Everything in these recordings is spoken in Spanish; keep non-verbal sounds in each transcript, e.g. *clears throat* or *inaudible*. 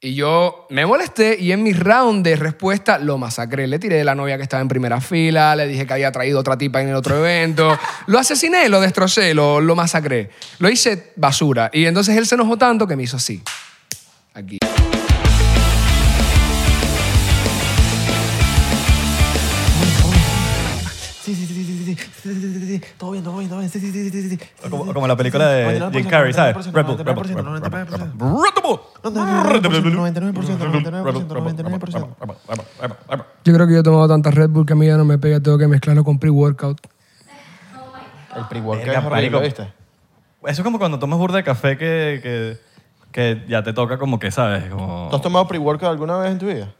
Y yo me molesté y en mi round de respuesta lo masacré. Le tiré de la novia que estaba en primera fila, le dije que había traído otra tipa en el otro *laughs* evento. Lo asesiné, lo destrocé, lo, lo masacré. Lo hice basura. Y entonces él se enojó tanto que me hizo así. Aquí. Sí, sí, sí, sí, sí, sí, sí, sí, sí, sí, sí, todo bien, todo bien, todo bien, sí, sí, sí, sí, sí, sí, sí, Como, sí, como sí, la sí, película sí, de 99%, Jim Carrey, ¿sabes? 99%, Rebel, 99%, 99%. Yo creo que yo he tomado tantas Red Bull que a mí ya no me pega, tengo que mezclarlo con pre-workout. El pre-workout Verga, es horrible, marico. ¿viste? Eso es como cuando tomas burda de café que, que, que ya te toca como que, ¿sabes? Como... ¿Tú has tomado pre-workout alguna vez en tu vida?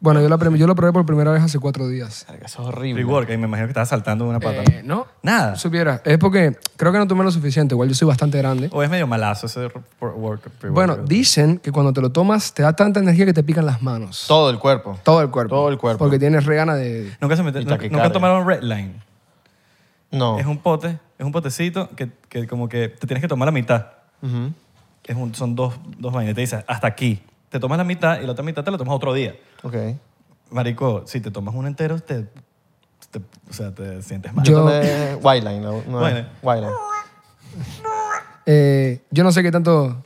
Bueno, yo, la prim- yo lo probé por primera vez hace cuatro días. Verga, Eso es horrible. Pre-work, y me imagino que estás saltando de una pata. Eh, no, Nada. supiera. Es porque creo que no tomé lo suficiente, igual yo soy bastante grande. O es medio malazo ese r- por- work, pre-work. Bueno, dicen que cuando te lo tomas te da tanta energía que te pican las manos. Todo el cuerpo. Todo el cuerpo. Todo el cuerpo. Porque tienes regana de... Nunca se mete- Y nunca- taquicardia. nunca tomaron Red Line. No. Es un pote, es un potecito que, que como que te tienes que tomar la mitad. Ujú. Es un- son dos, dos vainas. Te dices, hasta aquí. Te tomas la mitad y la otra mitad te la tomas otro día. Ok. Marico, si te tomas uno entero, te, te- o sea, te sientes mal. Yo- Tomé White Line. ¿no? No, White Line. White Line. Eh, yo no sé qué tanto...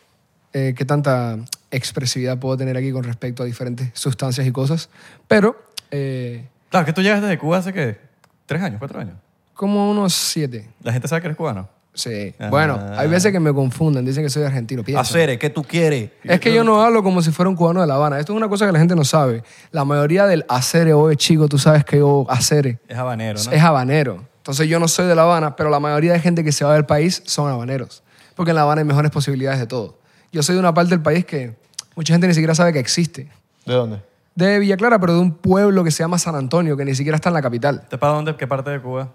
eh, qué tanta expresividad puedo tener aquí con respecto a diferentes sustancias y cosas, pero eh, Claro, que tú llegas desde Cuba hace, que ¿Tres años? ¿Cuatro años? como unos siete. La gente sabe que eres cubano. Sí. Ah. Bueno, hay veces que me confunden, dicen que soy argentino. piensan. Ah, Hacer, ¿qué tú quieres? Es que yo no hablo como si fuera un cubano de La Habana. Esto es una cosa que la gente no sabe. La mayoría del acere hoy, chico, tú sabes que yo acere Es habanero, ¿no? es habanero. Entonces yo no soy de La Habana, pero la mayoría de gente que se va del país son habaneros. Porque en La Habana hay mejores posibilidades de todo. Yo soy de una parte del país que mucha gente ni siquiera sabe que existe. ¿De dónde? De Villa Clara, pero de un pueblo que se llama San Antonio, que ni siquiera está en la capital. ¿Te para dónde? ¿Qué parte de Cuba?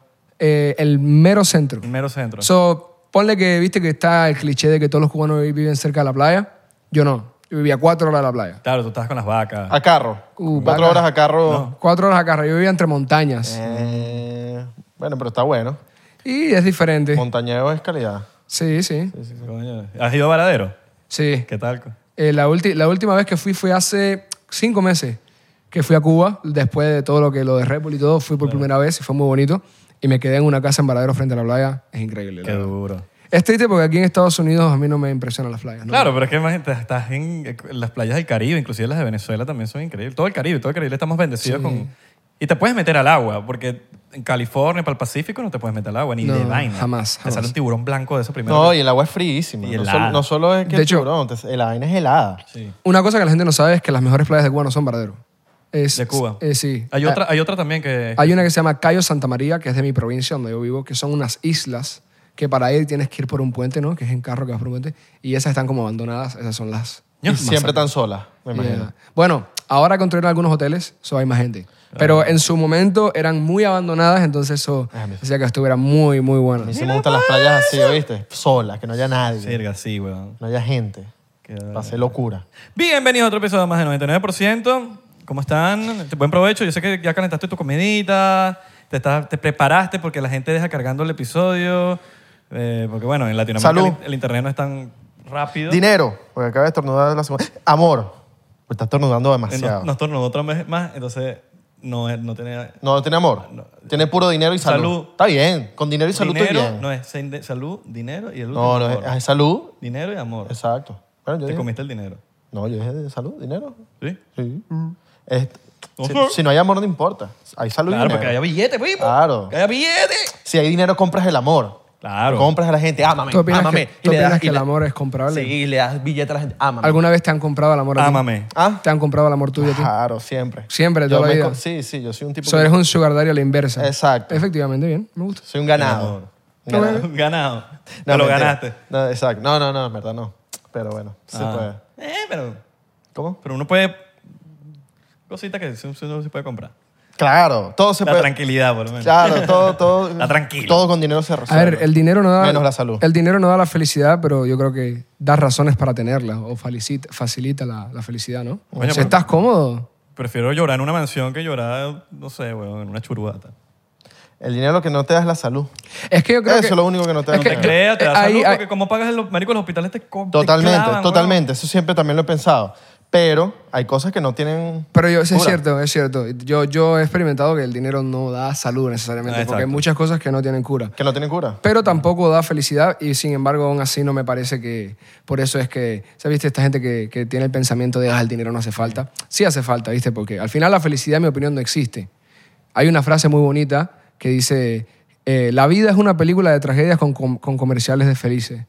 Eh, el mero centro. El mero centro. So, ponle que viste que está el cliché de que todos los cubanos vi- viven cerca de la playa. Yo no. Yo vivía cuatro horas de la playa. claro, tú estás con las vacas. A carro. Uh, Cuatro vaca. horas a carro. Cuatro horas acá, yo vivía entre montañas. Eh, bueno, pero está bueno. Y es diferente. Montañeo es calidad. Sí, sí. Coño, ¿Has ido a Varadero? Sí. ¿Qué tal? co? Eh, la, ulti- la última vez que fui fue hace cinco meses que fui a Cuba, después de todo lo que lo de Red Bull y todo, fui por primera vez y fue muy bonito. Y me quedé en una casa en Varadero frente a la playa. Es increíble. la Qué verdad. duro. Es triste porque aquí en Estados Unidos a mí no me impresionan las playas. ¿no? Claro, pero es que imagínate, estás en las playas del Caribe, inclusive las de Venezuela también son increíbles. Todo el Caribe, todo el Caribe estamos bendecidos con... Y te puedes meter al agua, porque en California, para el Pacífico, no te puedes meter al agua, ni No, de vaina. jamás, Te sale jamás. un tiburón blanco de eso primero. No, y el agua es fríísima. Y No helada. solo, no solo es que De el hecho- tiburón, te- la vaina es helada. Sí. Una cosa que la gente no sabe es que las mejores playas de Cuba no son Varadero. Es, De Cuba. eh, sí. Hay Ah, otra, hay otra también que... Hay una que se llama Cayo Santa María, que es de mi provincia donde yo vivo, que son unas islas que para ir tienes que ir por un puente, ¿no? Que es en carro que vas por un puente. Y esas están como abandonadas, esas son las. Ño, Y siempre más- tan sola, me Yeah. imagino. Bueno, ahora construyeron algunos hoteles, eso hay más gente. Ah. Pero en su momento eran muy abandonadas, entonces eso hacía que estuviera muy, muy A bueno. mí sí me gustan las playas así, ¿oíste? Solas, que no haya nadie, Verga, sí, weón. no haya gente. Qué- Para hacer locura. Bienvenidos a otro episodio más de 99%. ¿Cómo están? Buen provecho. Yo sé que ya calentaste tu comidita, te, estás- te preparaste porque la gente deja cargando el episodio. eh, porque bueno, en Latinoamérica Salud. el, el internet no es tan rápido. Eh, Dinero, porque acaba de estornudar la segunda. Amor, porque está estornudando Eh, Nos, demasiado. nos tornó otra vez más, entonces no, no tenía... No tiene amor. Tiene puro dinero y salud. eh, Salud. Está bien. Con dinero y salud estoy dinero, bien. no es sen- de- salud, dinero y el No, no, último, es, amor. es salud. Dinero y amor. Exacto. Bueno, yo Te dije- comiste el dinero. No, yo dije de salud, dinero. ¿Sí? Sí. Es- No si, sé. si no hay amor, no importa. Hay salud Claro, y porque dinero. haya billete, pipo. Claro. Que haya billete. Si hay dinero, compras el amor. Claro. Compras a la gente, ámame, ¿Tú opinas, ámame. que, tú Y le opinas das- que y el le- amor es comprable? Sí, y le das billete a la gente, ámame. ¿Alguna vez te han comprado el amor a ti? Ámame. ¿Ah? ¿Te han comprado el amor tuyo a ti? Claro, siempre. Siempre, Yo toda la me vida. co- Sí, sí, yo soy un tipo O sea, que- eres un sugar daddy a la inversa. Exacto. Efectivamente, bien, me gusta. Soy un ganado. Un ganado. Ganado. *laughs* Ganado. No, Te lo mentira. ganaste. No, exacto. No, no, no, en verdad no. Pero bueno, sí puede. Ah. Eh, pero, ¿Cómo? pero uno puede. Cositas que sí- sí uno se puede comprar. Claro, todo se la puede. tranquilidad, por lo menos. *laughs* Claro, todo, todo. Está tranquilo. Todo con dinero se A resuelve. ver, el dinero no da... Menos la salud. El dinero no da la felicidad, pero yo creo que da razones para tenerla o felicita, facilita la, la felicidad, ¿no? Coño, si pero- estás cómodo, Prefiero llorar en una mansión que llorar, no sé, weón, en una churbata. El dinero lo que no te da es la salud. Es que yo creo Eso que... es lo único que no te da. es no que- te Te da. crea, te da eh, ahí- salud, ahí- porque como pagas, los maricos, los hospitales te co- te Totalmente, clavan, huevón. totalmente. Eso siempre también lo he pensado. Pero hay cosas que no tienen. Pero yo, sí, es cura. cierto, es cierto. Yo, yo he experimentado que el dinero no da salud necesariamente, Ah, porque hay exacto. muchas cosas que no tienen cura. Que no tienen cura. Pero tampoco da felicidad y sin embargo aún así no me parece que... Por eso es que, ¿sabes? viste? Esta gente que, que tiene el pensamiento de, ah, el dinero no hace falta. Sí hace falta, ¿viste? Porque al final la felicidad, en mi opinión, no existe. Hay una frase muy bonita que dice, eh, la vida es una película de tragedias con, con- con comerciales de felices.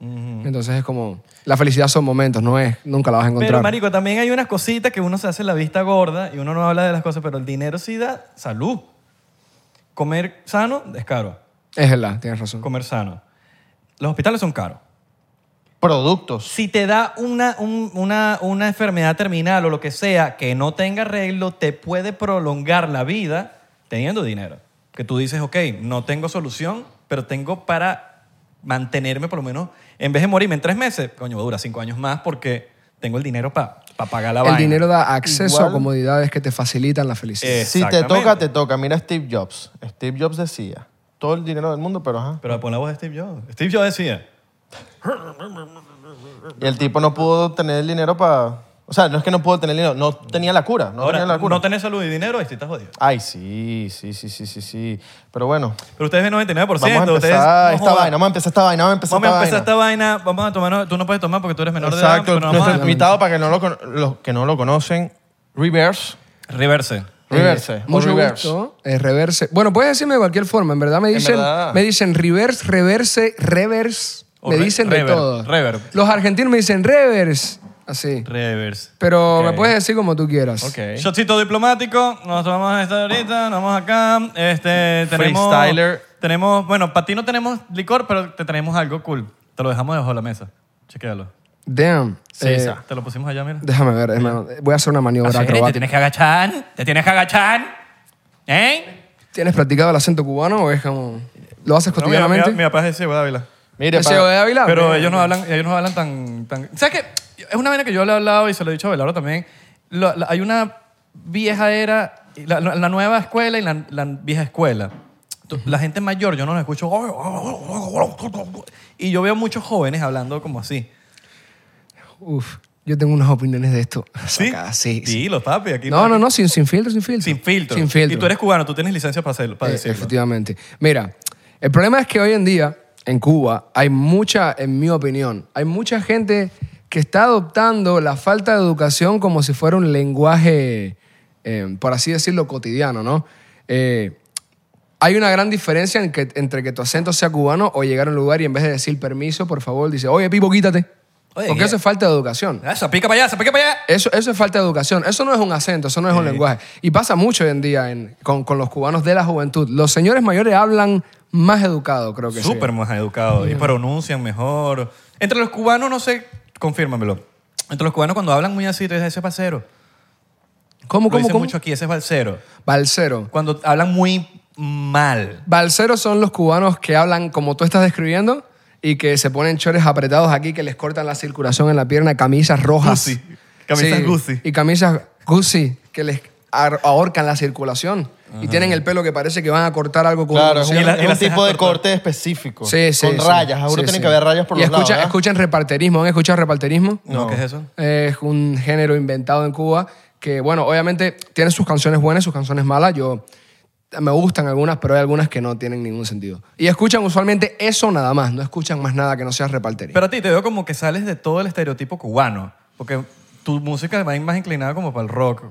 Entonces es como, la felicidad son momentos, no es, nunca la vas a encontrar. Pero, marico, también hay unas cositas que uno se hace la vista gorda y uno no habla de las cosas, pero el dinero sí da salud. Comer sano es caro. es verdad, tienes razón. Comer sano. Los hospitales son caros. Productos. Si te da una, un- una, una enfermedad terminal o lo que sea que no tenga arreglo, te puede prolongar la vida teniendo dinero. Que tú dices, ok, no tengo solución, pero tengo para mantenerme por lo menos, en vez de morirme en tres meses, coño, dura cinco años más porque tengo el dinero para pagar la El vaina. dinero da acceso a Igual- comodidades que te facilitan la felicidad. Eh, Si te Exactamente. toca, te toca. Mira Steve Jobs. Steve Jobs decía: todo el dinero del mundo, pero ajá. Pero pon la voz de Steve Jobs. Steve Jobs decía. Y el tipo no pudo tener el dinero para. O sea, no es que no pudo tener el dinero, no tenía la cura. No ahora, tenía la cura. no tenés salud y dinero, ahí sí estás jodido. Ay, sí, sí, sí, sí, sí, sí. Pero bueno, Pero ustedes ven 99%. vamos a ustedes, empezar no esta jodan. vaina, vamos a empezar esta vaina, vamos a empezar Vamos a esta empezar vaina. esta vaina. Vamos a tomar. Tú no puedes tomar porque tú eres menor de Exacto, edad. pero vamos nuestro a- invitado para que no lo, con- los que no lo conocen, Reverse. Reverse. Eh, Reverse. o Mucho reverse. gusto. Eh, reverse. Bueno, puedes decirme de cualquier forma. En verdad me dicen, verdad. me dicen reverse, reverse, reverse. O me re- dicen de reverb, todo. reverb. Los argentinos me dicen reverse. Así. Reverse. Pero Ok. me puedes decir como tú quieras. Ok. Shotcito diplomático. Nos tomamos esta ahorita. Nos vamos acá. Este, tenemos, Freestyler. Tenemos. Bueno, para ti no tenemos licor, pero te tenemos algo cool. Te lo dejamos debajo de la mesa. Chequéalo. Damn. Eh, Esa. Te lo pusimos allá, mira. déjame ver. hermano. Voy a hacer una maniobra Así, acrobática. te tienes que agachar. Te tienes que agachar. ¿Eh? ¿Tienes practicado el acento cubano o es como... ¿Lo haces No, mi- mi, cotidianamente? mi papá es ese, Dávila. Mire, ¿Ese de para, Ávila? Pero Eh, ellos no hablan, ellos no hablan tan, tan... ¿Sabes qué? Es una vaina que yo le he hablado y se lo he dicho a Belardo también. Lo- la- hay una vieja era, y la, la nueva escuela y la, la vieja escuela. Tú- La gente mayor, yo no la escucho. Y yo veo muchos jóvenes hablando como así. Uf, yo tengo unas opiniones de esto. Sacadas, sí, sí. Dilo, papi. Aquí No, no, no, sin, sin filtro, sin filtro. Sin filtro. Sin filtro. Y tú eres cubano, tú tienes licencia para, hacerlo, para Eh, decirlo. Efectivamente. Mira, el problema es que hoy en día, en Cuba, hay mucha, en mi opinión, hay mucha gente que está adoptando la falta de educación como si fuera un lenguaje, eh, por así decirlo, cotidiano, ¿no? Eh, hay una gran diferencia en que- entre que tu acento sea cubano o llegar a un lugar y en vez de decir permiso, por favor, dice, oye, Pipo, quítate. Oye, Porque ¿qué? eso es falta de educación. Eso, pica para allá, eso, pica para allá. Eso, eso es falta de educación. Eso no es un acento, eso no es un lenguaje. Y pasa mucho hoy en día en- con, con los cubanos de la juventud. Los señores mayores hablan más educado, creo que sí. Súper más educado. Y pronuncian mejor. Entre los cubanos, no sé, confírmamelo. Entre los cubanos, cuando hablan muy así, tú dices, ese es parcero. ¿Cómo, Lo cómo, dicen cómo? mucho aquí, ese es balcero. Balsero. Cuando hablan muy mal. Balseros son los cubanos que hablan como tú estás describiendo y que se ponen chores apretados aquí, que les cortan la circulación en la pierna, camisas rojas. Gucci. Camisas Gucci. Y camisas Gucci, que les ar- ahorcan la circulación. Y tienen el pelo que parece que van a cortar algo con claro, es un, un- Y la- y es un las cejas tipo de cortadas. corte específico. Sí, sí. Con sí. rayas, ahora Sí, tienen sí. que haber rayas por y los escucha, lados. ¿ah? ¿verdad? escuchan reparterismo. ¿Han escuchado reparterismo? No. ¿Qué es eso? Es un género inventado en Cuba que, bueno, obviamente tiene sus canciones buenas, sus canciones malas. Yo me gustan algunas, pero hay algunas que no tienen ningún sentido. Y escuchan usualmente eso nada más. No escuchan más nada que no sea reparterismo. Pero a ti te veo como que sales de todo el estereotipo cubano. Porque tu música va más inclinada como para el rock.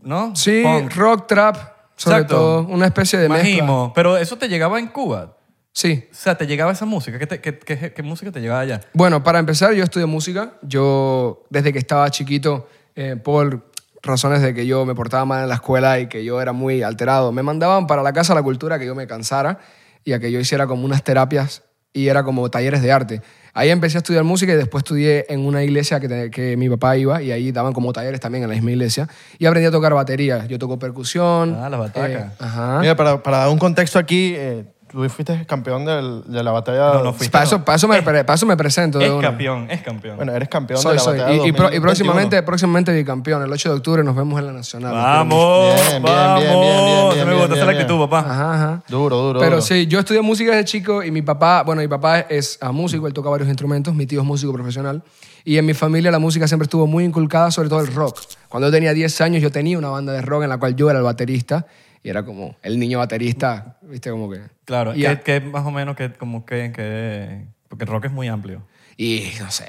¿No? sí, Punk. rock, trap, sobre Exacto. todo. Una especie de Más mezcla. emo. Pero eso te llegaba en Cuba. Sí. O sea, te llegaba esa música. ¿Qué, te- qué- qué- qué música te llegaba allá? Bueno, para empezar, yo estudié música. Yo, desde que estaba chiquito, eh, por razones de que yo me portaba mal en la escuela y que yo era muy alterado, me mandaban para la casa a la cultura a que yo me cansara y a que yo hiciera como unas terapias y era como talleres de arte. Ahí empecé a estudiar música y después estudié en una iglesia que, te- que mi papá iba y ahí daban como talleres también en la misma iglesia y aprendí a tocar batería. Yo toco percusión. Ah, las batacas. ajá. Mira, para, para dar un contexto aquí, eh, tú fuiste campeón del- de la ah, batalla. No, no fui. Para eso, para eso me, para eso me presento. de Pues, eh. Es una. campeón, es campeón. Bueno, eres campeón de Soy, la soy. batalla. Y, y pro- y 2021. próximamente, próximamente bicampeón. El 8 de octubre nos vemos en la Nacional. vamos, Bien, bien, bien, vamos. Se bien, bien, me bien, gusta bien, esa es la bien. actitud, papá. Ajá, ajá. Duro, duro. Pero duro. sí, yo estudié música desde chico y mi papá, bueno, mi papá es ah, músico, él toca varios instrumentos, mi tío es músico profesional. Y en mi familia la música siempre estuvo muy inculcada, sobre todo el rock. Cuando yo tenía 10 años, yo tenía una banda de rock en la cual yo era el baterista y era como el niño baterista, ¿viste? Como que. Claro, Y, a- que, que más o menos que como que, que- porque el rock es muy amplio. y no sé.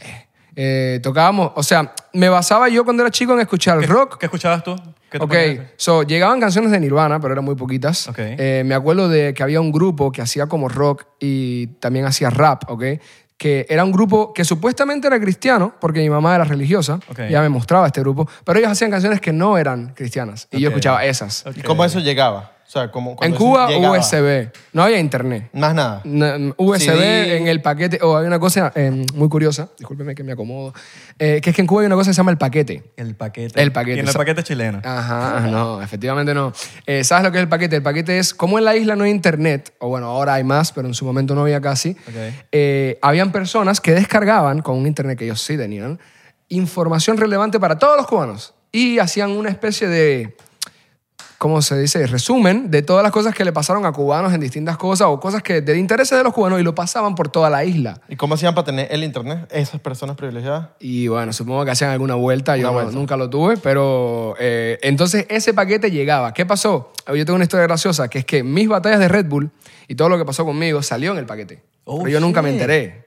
eh, tocábamos, o sea, me basaba yo cuando era chico en escuchar ¿Qué- rock. ¿Qué escuchabas tú? ¿Qué te Ok, ponías? so, llegaban canciones de Nirvana, pero eran muy poquitas. Ok. Eh, me acuerdo de que había un grupo que hacía como rock y también hacía rap, ¿ok? Que era un grupo que supuestamente era cristiano, porque mi mamá era religiosa, Ok. ya me mostraba este grupo, pero ellos hacían canciones que no eran cristianas y yo Ok. escuchaba esas. Ok. ¿Y cómo eso llegaba? O sea, ¿cómo, En cuando eso Cuba, llegaba? USB. No había internet. Más nada. Na- mm, USB CD. en el paquete. O hay una cosa eh, muy curiosa, discúlpeme que me acomodo, eh, que es que en Cuba hay una cosa que se llama el paquete. El paquete. El paquete, Y en el esa- Ah, paquete chileno. Ajá, no, efectivamente no. Eh, ¿Sabes lo que es el paquete? El paquete es, como en la isla no hay internet, o bueno, ahora hay más, pero en su momento no había casi, eh, habían personas que descargaban, con un internet que ellos sí tenían, información relevante para todos los cubanos y hacían una especie de, ¿cómo se dice?, resumen de todas las cosas que le pasaron a cubanos en distintas cosas o cosas que de interés de los cubanos y lo pasaban por toda la isla. ¿Y cómo hacían para tener el internet esas personas privilegiadas? Y bueno, supongo que hacían alguna vuelta, yo Una no- vuelta. nunca lo tuve, pero eh, entonces ese paquete llegaba. ¿Qué pasó? Yo tengo una historia graciosa, que es que mis batallas de Red Bull y todo lo que pasó conmigo salió en el paquete. Oh, pero yo nunca me shit. enteré.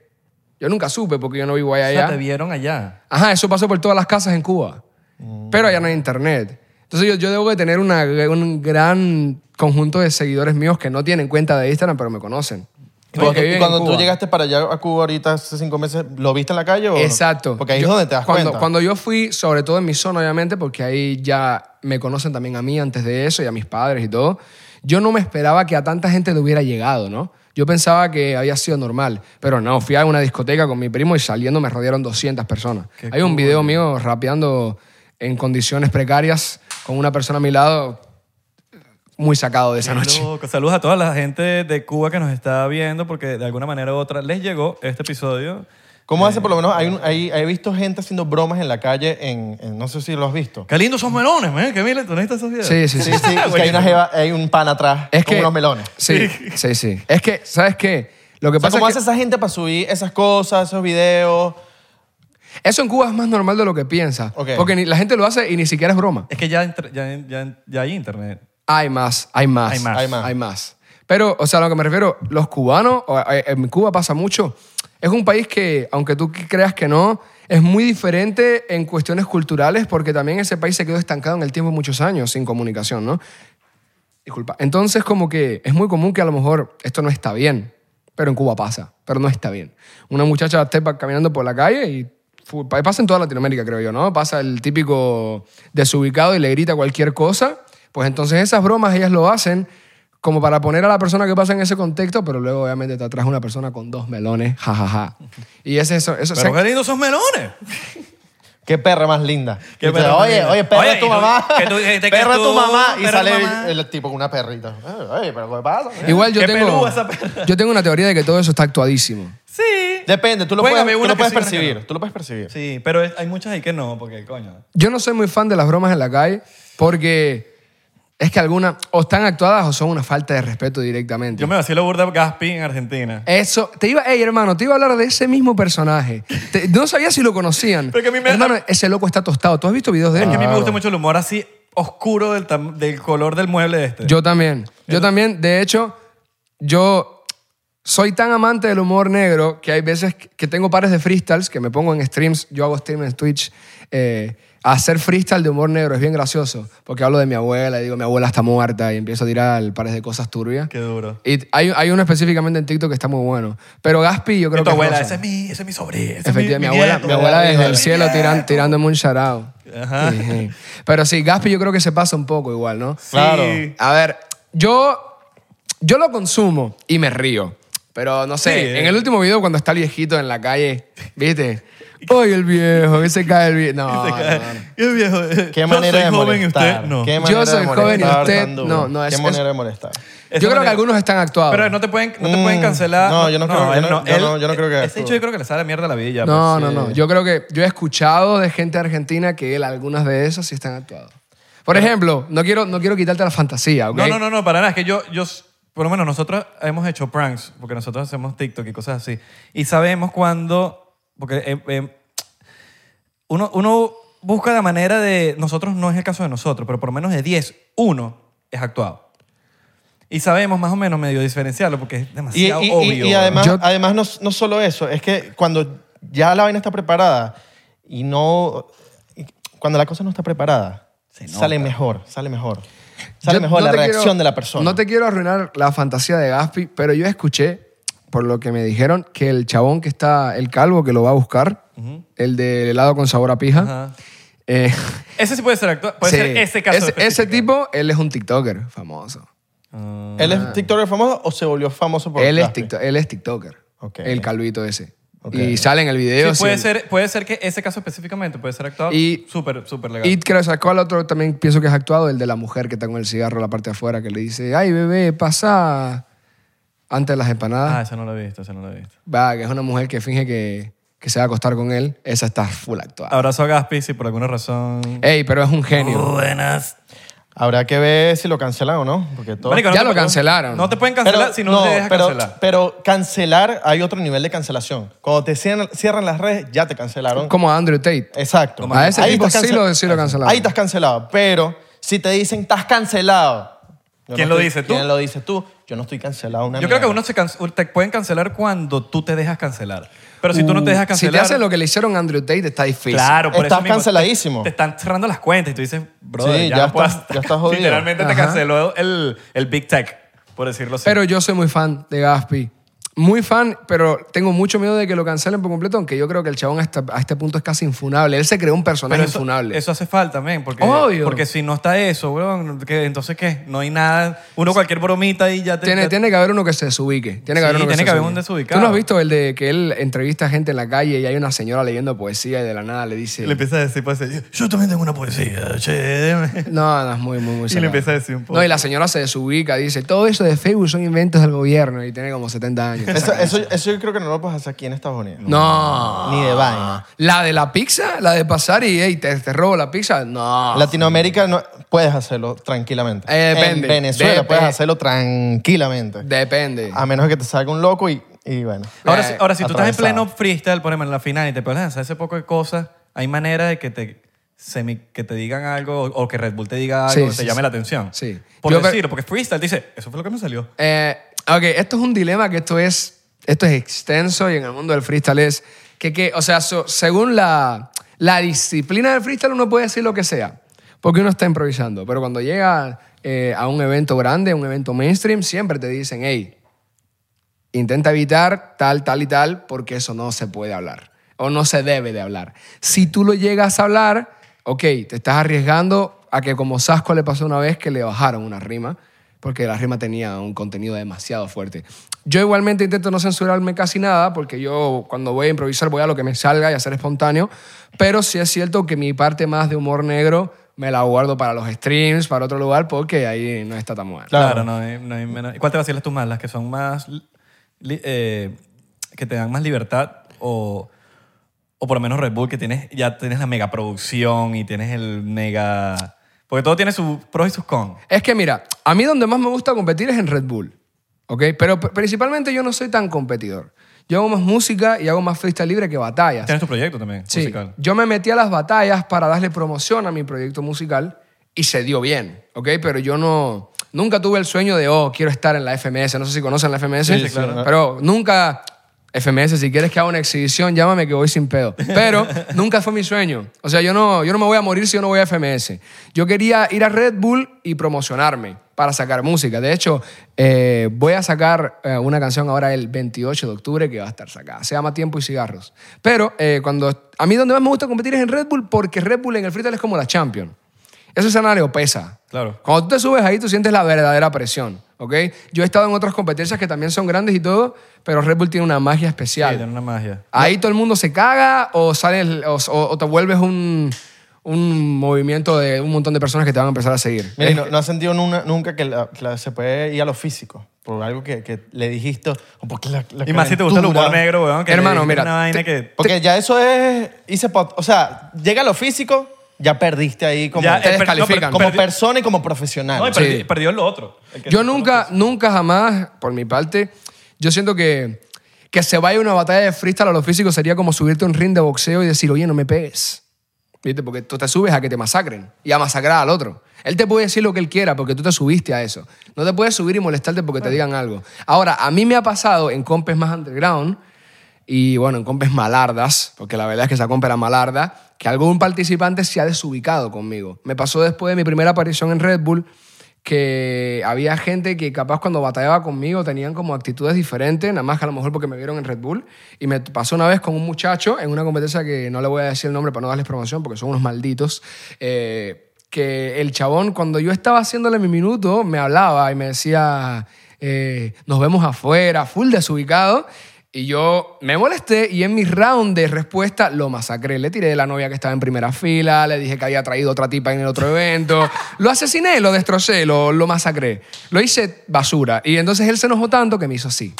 Yo nunca supe porque yo no vivo allá. O sea, allá. te vieron allá. Ajá, eso pasó por todas las casas en Cuba. Mm. Pero allá no hay internet. Entonces yo, yo debo de tener una- un gran conjunto de seguidores míos que no tienen cuenta de Instagram, pero me conocen. Y cuando, Porque tú- viven y en cuando tú Cuba. llegaste para allá a Cuba ahorita hace cinco meses, ¿lo viste en la calle o no? Exacto. Porque ahí Yo- es donde te das cuando, cuenta. Cuando yo fui, sobre todo en mi zona, obviamente, porque ahí ya me conocen también a mí antes de eso y a mis padres y todo, yo no me esperaba que a tanta gente le hubiera llegado, ¿no? Yo pensaba que había sido normal, pero no, fui a una discoteca con mi primo y saliendo me rodearon 200 personas. Qué Hay un video mío rapeando en condiciones precarias con una persona a mi lado muy sacado de esa Qué noche. loco. Saludos a toda la gente de Cuba que nos está viendo porque de alguna manera u otra les llegó este episodio. ¿Cómo hace por lo menos? Hay, un- hay- he visto gente haciendo bromas en la calle, en, en- no sé si lo has visto. Qué lindos son melones, man. Qué mil, ¿tú no necesitas esos videos? Sí, sí, *laughs* Sí, sí. sí, *laughs* es que hay, una jeva- hay un pan atrás Es con que- unos melones. Sí, sí, sí. Es que, ¿sabes qué? Lo que O sea, pasa ¿Cómo es que... hace esa gente para subir esas cosas, esos videos? Eso en Cuba es más normal de lo que piensa. Ok. Porque ni- la gente lo hace y ni siquiera es broma. Es que ya, entra- ya, ya, ya hay internet. Hay más, hay más. Hay más. Hay más. Hay más. Pero, o sea, a lo que me refiero, los cubanos, o, eh, en Cuba pasa mucho, es un país que, aunque tú creas que no, es muy diferente en cuestiones culturales porque también ese país se quedó estancado en el tiempo muchos años sin comunicación, ¿no? Disculpa. Entonces, como que es muy común que a lo mejor esto no está bien, pero en Cuba pasa, pero no está bien. Una muchacha esté pa- caminando por la calle y fu- pa- pasa en toda Latinoamérica, creo yo, ¿no? Pasa el típico desubicado y le grita cualquier cosa. Pues entonces esas bromas ellas lo hacen como para poner a la persona que pasa en ese contexto, pero luego obviamente te atrás una persona con dos melones, jajaja. Y es eso, eso Pero se- qué lindos son melones. ¿Qué perra más linda? Qué Y te- perra más oye, linda. oye, perra Oye, es tu y tú- mamá. que tú dijiste que perra es tú- tu mamá. Y perra es sale mamá. el, el tipo con una perrita. Eh, Oye, pero ¿qué pasa? Igual yo Qué tengo, pelúa esa perra. yo tengo una teoría de que todo eso está actuadísimo. Sí. Depende, tú lo Juégame puedes, tú una lo que puedes sí, una que percibir. no. Tú lo puedes percibir. Sí, pero es- hay muchas ahí que no, porque coño. Yo no soy muy fan de las bromas en la calle porque es que algunas o están actuadas o son una falta de respeto directamente. Yo me vacilo burda Gaspi en Argentina. Eso, te iba, hey hermano, te iba a hablar de ese mismo personaje. Te- no sabía si lo conocían. *laughs* Pero que a mí me- Hermano, ese loco está tostado. ¿Tú has visto videos de él? Es que a mí me gusta mucho el humor así oscuro del, tam- del color del mueble este. Yo también. Yo también, de hecho, yo soy tan amante del humor negro que hay veces que tengo pares de freestyles que me pongo en streams, yo hago stream en Twitch, eh, a hacer freestyle de humor negro es bien gracioso, porque hablo de mi abuela y digo, mi abuela está muerta y empiezo a tirar pares de cosas turbias. Qué duro. Y hay, hay uno específicamente en TikTok que está muy bueno. Pero Gaspi, yo creo Y que... tu es abuela, rosa. ese es mi, ese es mi sobrino. ese es Efectivamente, mi, mi, abuela, nieto. mi abuela desde el Mi cielo tiran, tirándome un charao. Ajá. Pero sí, Gaspi yo creo que se pasa un poco igual, ¿no? Sí. *laughs* Claro. A ver, yo, yo lo consumo y me río. Pero no sé, Sí, eh. en el último video cuando está el viejito en la calle, ¿viste? Oye, el viejo, que se cae el *laughs* viejo. No, no, no. Y el viejo. Qué yo manera soy de joven y molestar. usted no. Qué Yo manera de soy joven y molestar usted- tan duro. no, no, Qué es- manera es- de molestar. Esa Yo creo que manera. algunos están actuados. Pero no te pueden, no te Mm, pueden cancelar. no, yo no creo- él yo no- yo él- no- yo no creo que- Ese hecho yo creo que le sale mierda a la vida. ya, no, pues, no, sí. no. Yo creo que yo he escuchado de gente argentina que él, algunas de esas sí están actuadas. Por ejemplo, no quiero, no quiero quitarte la fantasía, ¿ok? No, no, no, no, para nada. Es que yo, yo, por lo menos nosotros hemos hecho pranks, porque nosotros hacemos TikTok y cosas así. Y sabemos cuando, porque eh, eh, uno, uno busca la manera de, nosotros no es el caso de nosotros, pero por lo menos de 10, uno es actuado. Y sabemos más o menos medio diferenciarlo, porque es Y, demasiado y- y- obvio. y además, Yo- además no, no solo eso, es que cuando ya la vaina está preparada y no... y Cuando la cosa no está preparada, sale mejor, sale mejor. Sale Yo mejor no la te reacción quiero- de la persona. No te quiero arruinar la fantasía de Gaspi, pero yo escuché, por lo que me dijeron, que el chabón que está, el calvo que lo va a buscar, el del helado con sabor a pija, Ajá. eh, Ese sí puede ser actuado. Puede sí, ser ese caso. Ese, ese específico. tipo, él es un TikToker famoso. ¿Él es TikToker famoso o se volvió famoso por Ah. Él es, Gaspi? tikto- él es TikToker. Ok. El calvito ese. Ok. Y sale en el video. Sí, puede, sí. ser, puede ser que ese caso específicamente puede ser actuado. Y- Súper, súper legal. Y creo sacó al otro, también pienso que es actuado, el de la mujer que está con el cigarro en la parte de afuera, que le dice, ay bebé, pasa antes de las empanadas. ah, ese no lo he visto, ese no lo he visto. Va, que es una mujer que finge que, que se va a acostar con él. Esa está full actuada. Abrazo a Gaspi si por alguna razón. Ey, pero es un genio. Buenas. Habrá que ver si lo cancelan o no, porque todo... Marico, Ya te lo pueden- cancelaron. No te pueden cancelar si no, te dejas pero, cancelar. Pero cancelar, hay otro nivel de cancelación. Cuando te cierran, cierran las redes, ya te Oh. cancelaron. Como Andrew Tate. Exacto. A ese tipo estás sí cancel- lo- sí lo cancelaron. Ahí estás cancelado. Pero si te dicen, estás cancelado. yo ¿Quién lo estoy- dice, tú? ¿Quién lo dice tú? Yo no estoy cancelado. Una Yo creo que mierda. uno se can- te pueden cancelar cuando tú te dejas cancelar. Pero si tú no te dejas Uh, Si cancelar. te hacen lo que le hicieron a Andrew Tate, está difícil. Claro, por Estás eso mismo, canceladísimo. Te, te están cerrando las cuentas y tú dices, brother, Sí, ya, ya no puedo estás- hasta- ya *laughs* estás jodido. Literalmente te Ajá. canceló el, el Big Tech, por decirlo así. Pero yo soy muy fan de Gaspi. Muy fan, pero tengo mucho miedo de que lo cancelen por completo, aunque yo creo que el chabón hasta, a este punto es casi infunable. Él se creó un personaje Pero eso, infunable. eso hace falta, men, porque, Obvio. porque si no está eso, weón, que- entonces ¿qué? No hay nada, uno cualquier bromita y ya te... tiene, ya- tiene que haber uno que se desubique. Tiene que Sí, haber uno que tiene se que haber desubique. un desubicado. ¿Tú no has visto el de que él entrevista a gente en la calle y hay una señora leyendo poesía y de la nada le dice... Le empieza a decir, pues, yo, yo también tengo una poesía, che, déjame. No, no, es muy, muy, muy Y le cerrado. empieza a decir un poco. No, y la señora se desubica, dice, todo eso de Facebook son inventos del gobierno y tiene como 70 años. Eso, eso, eso yo creo que no lo puedes hacer aquí en Estados Unidos. *laughs* no. Ni de vaina. La de la pizza, la de pasar y "Ey, te, te robo la pizza, no. Latinoamérica no, puedes hacerlo tranquilamente. Eh, depende. En Venezuela Dep- puedes hacerlo tranquilamente. Depende. A menos que te salga un loco y, y bueno. Ahora, Eh, si- ahora si tú estás en atravesado. pleno freestyle, por ejemplo, en la final y te pones a hacer ese poco de cosas, hay manera de que te, semi- que te digan algo o, o que Red Bull te diga Sí, algo, que sí, te llame sí. la atención. Sí. Por Yo creo- decirlo, porque freestyle dice, eso fue lo que me salió. Eh, ok, esto es un dilema que esto es, esto es extenso y en el mundo del freestyle es que, que o sea, so- según la, la disciplina del freestyle uno puede decir lo que sea, porque uno está improvisando, pero cuando llega eh, a un evento grande, a un evento mainstream, siempre te dicen, hey, intenta evitar tal, tal y tal, porque eso no se puede hablar o no se debe de hablar. Si tú lo llegas a hablar, ok, te estás arriesgando a que como Sasco le pasó una vez que le bajaron una rima, porque la rima tenía un contenido demasiado fuerte. Yo igualmente intento no censurarme casi nada, porque yo cuando voy a improvisar voy a lo que me salga y a ser espontáneo, pero sí es cierto que mi parte más de humor negro me la guardo para los streams, para otro lugar, porque ahí no está tan bueno. Claro, no, hay, no hay menos. ¿Y cuál te vacilas tú más? ¿Las que son más. li- eh, que te dan más libertad o. O por lo menos Red Bull, que tienes, ya tienes la megaproducción y tienes el mega. Porque todo tiene sus pros y sus cons. Es que mira, a mí donde más me gusta competir es en Red Bull. ¿Ok? Pero pr- principalmente yo no soy tan competidor. Yo hago más música y hago más freestyle libre que batallas. Tienes tu proyecto también, Sí. musical. Yo me metí a las batallas para darle promoción a mi proyecto musical y se dio bien, ¿ok? Pero yo no... Nunca tuve el sueño de, oh, quiero estar en la FMS. No sé si conocen la FMS. Sí, sí, claro. Pero nunca... FMS, si quieres que haga una exhibición, llámame que voy sin pedo. *laughs* Pero nunca fue mi sueño. O sea, yo no, yo no me voy a morir si yo no voy a FMS. Yo quería ir a Red Bull y promocionarme para sacar música. De hecho, eh, voy a sacar eh, una canción ahora el 28 de octubre que va a estar sacada. Se llama Tiempo y Cigarros. Pero eh, cuando a mí donde más me gusta competir es en Red Bull porque Red Bull en el freestyle es como la Champion. Ese escenario pesa. Claro. Cuando tú te subes ahí, tú sientes la verdadera presión, ¿ok? Yo he estado en otras competencias que también son grandes y todo, pero Red Bull tiene una magia Sí, especial. tiene una magia. Ahí todo el mundo se caga o sales o, o- o te vuelves un, un movimiento de un montón de personas que te van a empezar a seguir. Mira, y Es- Eh, no, no has sentido nuna- nunca que, la- que la- se puede ir a lo físico por algo que, que le dijiste. o porque la- la Y más si te gusta el calentura. humor negro, weón. Que Hermano, es mira, Una vaina te- que... Porque ya eso es. hice pod- o sea, llega a lo físico, ya perdiste ahí como, Ya, te eh, per- no, descalifican. per- como perdió- persona y como profesional. No, y Sí. perdi- perdió el otro. El que- Yo nunca, nunca jamás, por mi parte, yo siento que que se vaya una batalla de freestyle a lo físico sería como subirte a un ring de boxeo y decir, oye, no me pegues. ¿Viste? Porque tú te subes a que te masacren y a masacrar al otro. Él te puede decir lo que él quiera porque tú te subiste a eso. No te puedes subir y molestarte porque te digan algo. Ahora, a mí me ha pasado en compes más underground y, bueno, en compes malardas, porque la verdad es que esa compa era malarda, que algún participante se ha desubicado conmigo. Me pasó después de mi primera aparición en Red Bull que había gente que capaz cuando batallaba conmigo tenían como actitudes diferentes, nada más que a lo mejor porque me vieron en Red Bull. Y me pasó una vez con un muchacho en una competencia que no le voy a decir el nombre para no darles promoción porque son unos malditos. eh, que el chabón, cuando yo estaba haciéndole mi minuto, me hablaba y me decía, eh, nos vemos afuera, full desubicado. Y yo me molesté y en mi round de respuesta lo masacré. Le tiré de la novia que estaba en primera fila, le dije que había traído otra tipa en el otro evento. Lo asesiné, lo destrocé, lo, lo masacré. Lo hice basura. Y entonces él se enojó tanto que me hizo así.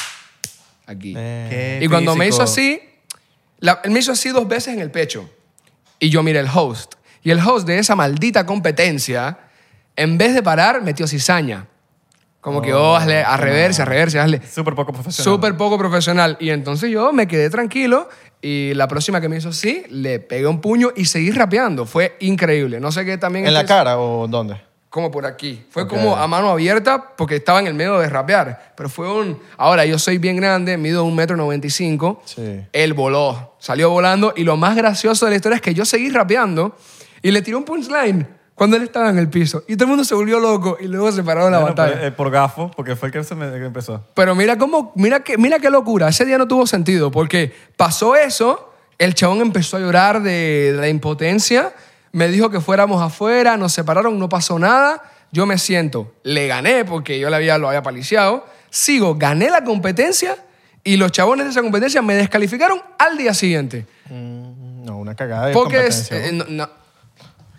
Aquí. Qué y cuando me hizo físico. así, la- él me hizo así dos veces en el pecho. Y yo miré el host. Y el host de esa maldita competencia, en vez de parar, metió cizaña. Como que, oh, hazle a reverse, a reverse, hazle. Súper poco profesional. Súper poco profesional. Y entonces yo me quedé tranquilo y la próxima que me hizo así, le pegué un puño y seguí rapeando. Fue increíble. No sé qué también... ¿En la este es- cara o dónde? Como por aquí. Fue como a mano abierta porque estaba en el medio de rapear. Pero fue un... Ahora, yo soy bien grande, mido un metro noventa y cinco. Sí. Él voló, salió volando y lo más gracioso de la historia es que yo seguí rapeando y le tiré un punchline cuando él estaba en el piso. Y todo el mundo se volvió loco y luego se pararon la Bueno, batalla. por, eh, por gafo, porque fue el que, se me- que empezó. Pero mira cómo, mira qué, mira qué locura. Ese día no tuvo sentido porque pasó eso, el chabón empezó a llorar de, de la impotencia, me dijo que fuéramos afuera, nos separaron, no pasó nada. Yo me siento, le gané porque yo le había, lo había paliciado. Sigo, gané la competencia y los chabones de esa competencia me descalificaron al día siguiente. Mm, No, una cagada de Porque es- competencia, eh, no, no.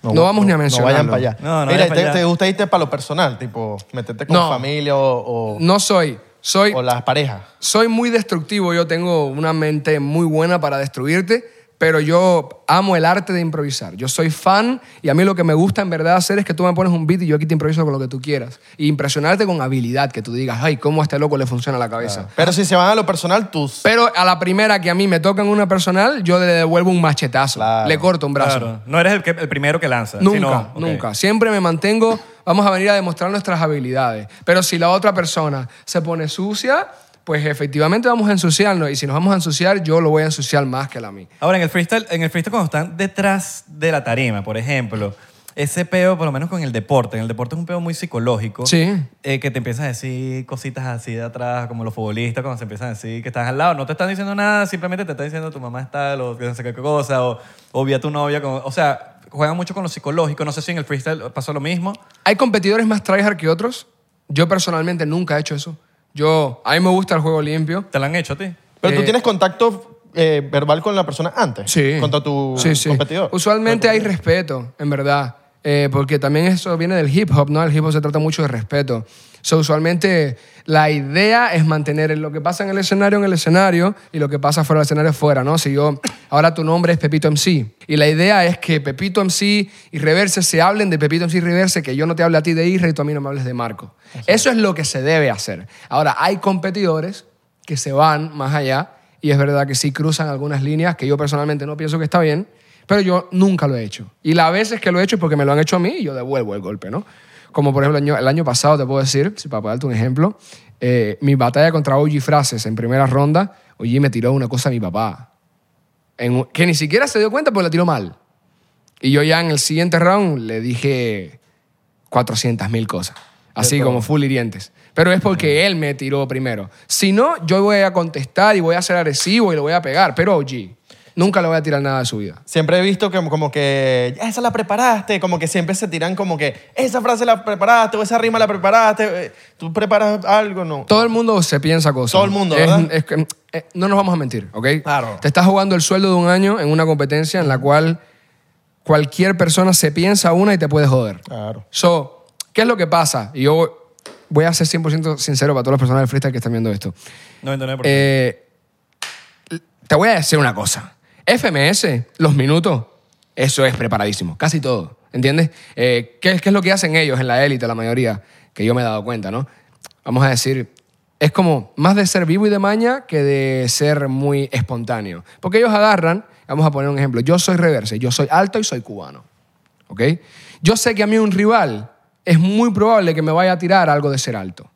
No, no vamos ni a mencionarlo. No vayan para allá. No, no Mira, vayan pa' te, allá. te gusta irte para lo personal? Tipo, meterte con No. familia o, o- No soy, soy o las parejas. soy muy destructivo, yo tengo una mente muy buena para destruirte, pero yo amo el arte de improvisar. Yo soy fan y a mí lo que me gusta en verdad hacer es que tú me pones un beat y yo aquí te improviso con lo que tú quieras. Y impresionarte con habilidad, que tú digas, ay, cómo a este loco le funciona la cabeza. Pero si se van a lo personal, tú... Pero a la primera que a mí me tocan una personal, yo le devuelvo un machetazo, Claro. le corto un brazo. Claro. No eres el, que- el primero que lanza. Nunca, sino- ok. nunca. Siempre me mantengo, vamos a venir a demostrar nuestras habilidades. Pero si la otra persona se pone sucia, pues efectivamente vamos a ensuciarnos. Y si nos vamos a ensuciar, yo lo voy a ensuciar más que él a mí. Ahora, en el freestyle, en el freestyle cuando están detrás de la tarima, por ejemplo, ese peo, por lo menos con el deporte, en el deporte es un peo muy psicológico. Sí. eh, que te empiezan a decir cositas así de atrás, como los futbolistas cuando se empiezan a decir que estás al lado. No te están diciendo nada, simplemente te están diciendo tu mamá está, o que no sé qué cosa, o, o vi a tu novia. con- o sea, juegan mucho con lo psicológico. No sé si en el freestyle pasó lo mismo. Hay competidores más tryhard que otros. Yo personalmente nunca he hecho eso. Yo, a mí me gusta el juego limpio. ¿Te lo han hecho a ti? Pero tú Eh, tienes contacto eh, verbal con la persona antes. Sí. Contra tu Sí, sí. competidor. Usualmente hay respeto, en verdad. Eh, porque también eso viene del hip hop, ¿no? El hip hop se trata mucho de respeto. So, usualmente la idea es mantener lo que pasa en el escenario en el escenario y lo que pasa fuera del escenario fuera, ¿no? Si yo, ahora tu nombre es Pepito MC y la idea es que Pepito MC y Reverse se hablen de Pepito MC y Reverse, que yo no te hable a ti de Isra y tú a mí no me hables de Marco. Eso es lo que se debe hacer. Ahora, hay competidores que se van más allá y es verdad que sí cruzan algunas líneas que yo personalmente no pienso que está bien, pero yo nunca lo he hecho. Y las veces que lo he hecho es porque me lo han hecho a mí y yo devuelvo el golpe, ¿no? Como por ejemplo el año, el año pasado, te puedo decir, si para darte un ejemplo, eh, mi batalla contra OG Frases en primera ronda, OG me tiró una cosa a mi papá, en un- que ni siquiera se dio cuenta porque la tiró mal. Y yo ya en el siguiente round le dije 400 mil cosas. Así como full hirientes. Pero es porque él me tiró primero. Si no, yo voy a contestar y voy a ser agresivo y lo voy a pegar. Pero OG, nunca le voy a tirar nada de su vida. Siempre he visto que, como que "Ya, esa la preparaste, como que siempre se tiran como que esa frase la preparaste o esa rima la preparaste, eh, tú preparas algo, ¿no? Todo el mundo se piensa cosas. Todo el mundo, Es- ¿verdad? es que- eh, no nos vamos a mentir, ¿ok? Claro. Te estás jugando el sueldo de un año en una competencia en la cual cualquier persona se piensa una y te puede joder. Claro. So, ¿qué es lo que pasa? Y yo voy a ser 100% sincero para todas las personas del freestyle que están viendo esto. 99%. Eh, te voy a decir una cosa. FMS, los minutos, eso es preparadísimo. Casi todo. ¿Entiendes? Eh, ¿qué, qué es lo que hacen ellos en la élite, la mayoría? Que yo me he dado cuenta, ¿no? Vamos a decir, es como más de ser vivo y de maña que de ser muy espontáneo. Porque ellos agarran, vamos a poner un ejemplo, yo soy reverse, yo soy alto y soy cubano. ¿Ok? Yo sé que a mí un rival es muy probable que me vaya a tirar algo de ser alto.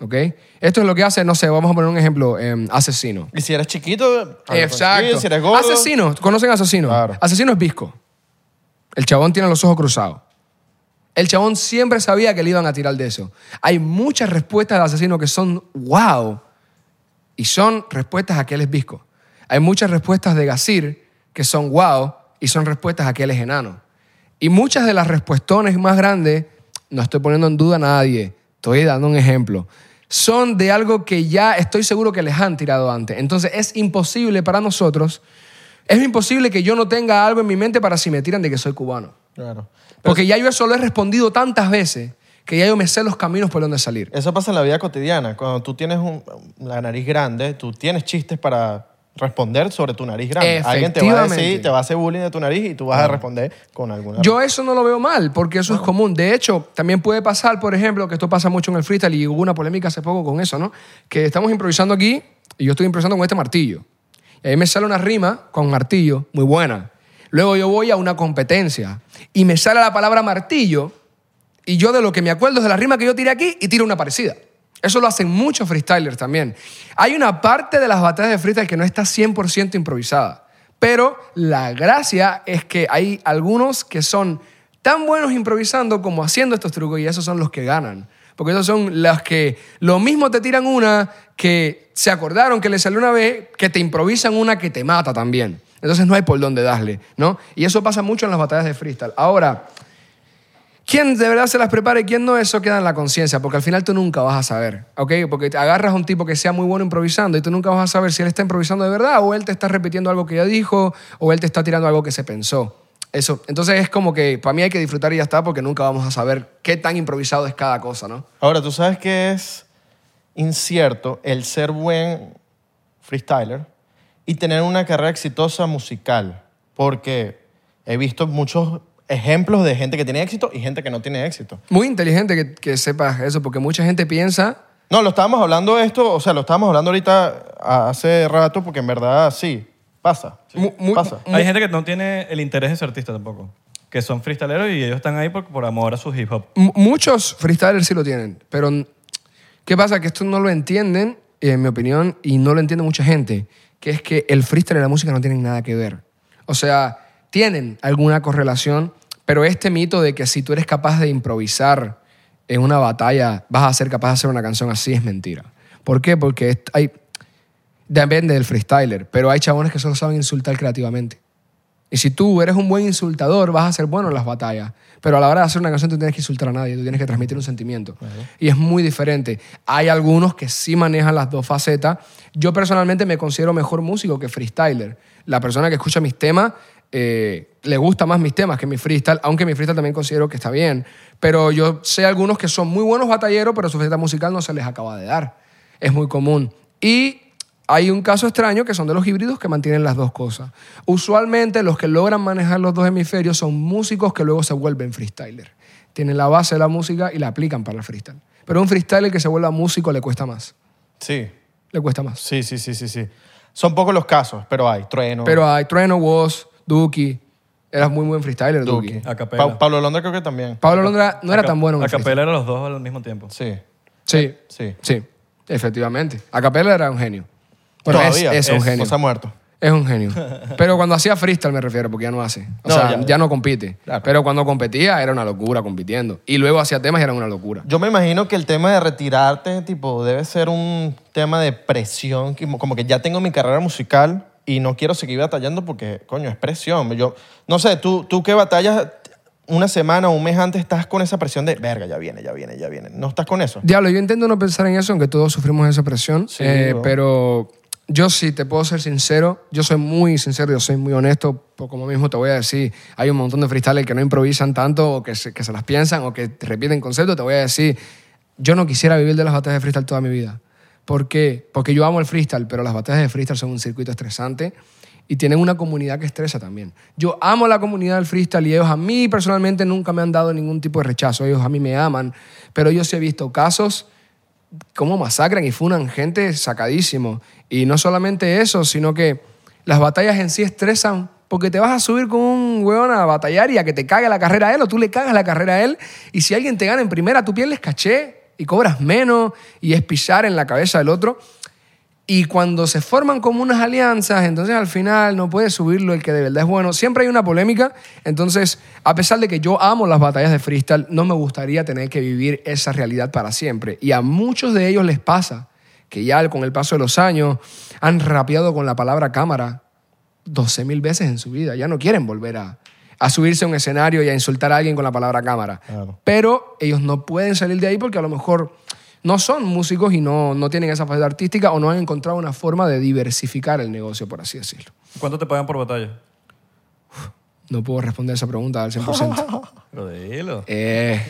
¿Ok? Esto es lo que hace, no sé, vamos a poner un ejemplo, em, asesino. Y si eres chiquito, Exacto. Ah, pues, sí, si eres gordo, Asesino, ¿conocen a Asesino? Claro. Asesino es visco. El chabón tiene los ojos cruzados. El chabón siempre sabía que le iban a tirar de eso. Hay muchas respuestas de Asesino que son wow y son respuestas a que él es visco. Hay muchas respuestas de Gasir que son wow y son respuestas a que él es enano. Y muchas de las respuestones más grandes, no estoy poniendo en duda a nadie, estoy dando un ejemplo, son de algo que ya estoy seguro que les han tirado antes. Entonces es imposible para nosotros, es imposible que yo no tenga algo en mi mente para si me tiran de que soy cubano. Claro. Porque ya yo eso lo he respondido tantas veces que ya yo me sé los caminos por donde salir. Eso pasa en la vida cotidiana. Cuando tú tienes un- la nariz grande, tú tienes chistes para responder sobre tu nariz grande. Alguien te va a Efectivamente. decir, te va a hacer bullying de tu nariz y tú vas a responder con alguna. Yo eso no lo veo mal, porque eso es común. De hecho, también puede pasar, por ejemplo, que esto pasa mucho en el freestyle y hubo una polémica hace poco con eso, ¿no? Que estamos improvisando aquí y yo estoy improvisando con este martillo. Y ahí me sale una rima con martillo muy buena. Luego yo voy a una competencia y me sale la palabra martillo y yo de lo que me acuerdo es de la rima que yo tiré aquí y tiro una parecida. Eso lo hacen muchos freestylers también. Hay una parte de las batallas de freestyle que no está 100% improvisada. Pero la gracia es que hay algunos que son tan buenos improvisando como haciendo estos trucos y esos son los que ganan. Porque esos son los que lo mismo te tiran una que se acordaron que le salió una vez, que te improvisan una que te mata también. Entonces no hay por dónde darle, ¿no? Y eso pasa mucho en las batallas de freestyle. Ahora, ¿Quién de verdad se las prepara y quién no? Eso queda en la conciencia, porque al final tú nunca vas a saber, ¿ok? Porque te agarras a un tipo que sea muy bueno improvisando y tú nunca vas a saber si él está improvisando de verdad o él te está repitiendo algo que ya dijo o él te está tirando algo que se pensó. Eso. Entonces es como que para mí hay que disfrutar y ya está, porque nunca vamos a saber qué tan improvisado es cada cosa, ¿no? Ahora, tú sabes que es incierto el ser buen freestyler y tener una carrera exitosa musical. Porque he visto muchos ejemplos de gente que tiene éxito y gente que no tiene éxito. Muy inteligente que, que sepas eso, porque mucha gente piensa No, lo estábamos hablando esto, o sea, lo estábamos hablando ahorita a- hace rato porque en verdad sí, pasa. Mu- mu- pasa. Hay gente que no tiene el interés de ser artista tampoco. Que son freestaleros y ellos están ahí por, por amor a sus hip hop. M- muchos freestylers sí lo tienen, pero n- ¿qué pasa? Que esto no lo entienden, en mi opinión, y no lo entiende mucha gente, que es que el freestyle y la música no tienen nada que ver. O sea, tienen alguna correlación, pero este mito de que si tú eres capaz de improvisar en una batalla, vas a ser capaz de hacer una canción así es mentira. ¿Por qué? Porque es- hay, depende del freestyler, pero hay chabones que solo saben insultar creativamente. Y si tú eres un buen insultador, vas a ser bueno en las batallas. Pero a la hora de hacer una canción, tú tienes que insultar a nadie, tú tienes que transmitir un sentimiento. Y es muy diferente. Hay algunos que sí manejan las dos facetas. Yo personalmente me considero mejor músico que freestyler. La persona que escucha mis temas eh, le gusta más mis temas que mi freestyle, aunque mi freestyle también considero que está bien. Pero yo sé algunos que son muy buenos batalleros, pero su faceta musical no se les acaba de dar. Es muy común. Y hay un caso extraño que son de los híbridos que mantienen las dos cosas. Usualmente los que logran manejar los dos hemisferios son músicos que luego se vuelven freestyler. Tienen la base de la música y la aplican para el freestyle. Pero un freestyler que se vuelva músico le cuesta más. Sí, Le cuesta más. sí, sí, sí, sí, sí. Son pocos los casos, pero hay. Trueno, Pero hay Trueno, Woz, Duki. Eras muy buen freestyler, Duki. Duki. A capela. Pa- Pablo Londra creo que también. Pablo Londra no era Aca- tan bueno en A el freestyle. capela eran los dos al mismo tiempo. Sí, Sí, sí. sí, efectivamente. Acapella era un genio. Bueno, es- Todavía. es, un genio. No se ha muerto. Es un genio. Pero cuando hacía freestyle me refiero, porque ya no hace. O No, sea, ya, ya- no compite. Claro. Pero cuando competía era una locura compitiendo. Y luego hacía temas y era una locura. Yo me imagino que el tema de retirarte, tipo, debe ser un tema de presión, que como, como que ya tengo mi carrera musical y no quiero seguir batallando porque, coño, es presión. Yo, no sé, tú, tú que batallas una semana o un mes antes estás con esa presión de, verga, ya viene, ya viene, ya viene. No estás con eso. Diablo, yo intento no pensar en eso, aunque todos sufrimos esa presión. Sí, eh, bro. pero Yo sí, te puedo ser sincero. Yo soy muy sincero, yo soy muy honesto. por Como mismo te voy a decir, hay un montón de freestylers que no improvisan tanto o que se, que se las piensan o que te repiten conceptos. Te voy a decir, yo no quisiera vivir de las batallas de freestyle toda mi vida. ¿Por qué? Porque yo amo el freestyle, pero las batallas de freestyle son un circuito estresante y tienen una comunidad que estresa también. Yo amo la comunidad del freestyle y ellos a mí personalmente nunca me han dado ningún tipo de rechazo. Ellos a mí me aman, pero yo sí he visto casos cómo masacran y funan gente sacadísimo. Y no solamente eso, sino que las batallas en sí estresan porque te vas a subir con un weón a batallar y a que te cague la carrera a él o tú le cagas la carrera a él. Y si alguien te gana en primera, tú pierdes caché y cobras menos y es pisar en la cabeza del otro. Y cuando se forman como unas alianzas, entonces al final no puede subirlo el que de verdad es bueno. Siempre hay una polémica. Entonces, a pesar de que yo amo las batallas de freestyle, no me gustaría tener que vivir esa realidad para siempre. Y a muchos de ellos les pasa que ya con el paso de los años han rapeado con la palabra cámara 12 mil veces en su vida. Ya no quieren volver a, a subirse a un escenario y a insultar a alguien con la palabra cámara. Claro. Pero ellos no pueden salir de ahí porque a lo mejor no son músicos y no, no tienen esa faceta artística o no han encontrado una forma de diversificar el negocio, por así decirlo. ¿Cuánto te pagan por batalla? No puedo responder esa pregunta al 100%. Pero dilo. Eh,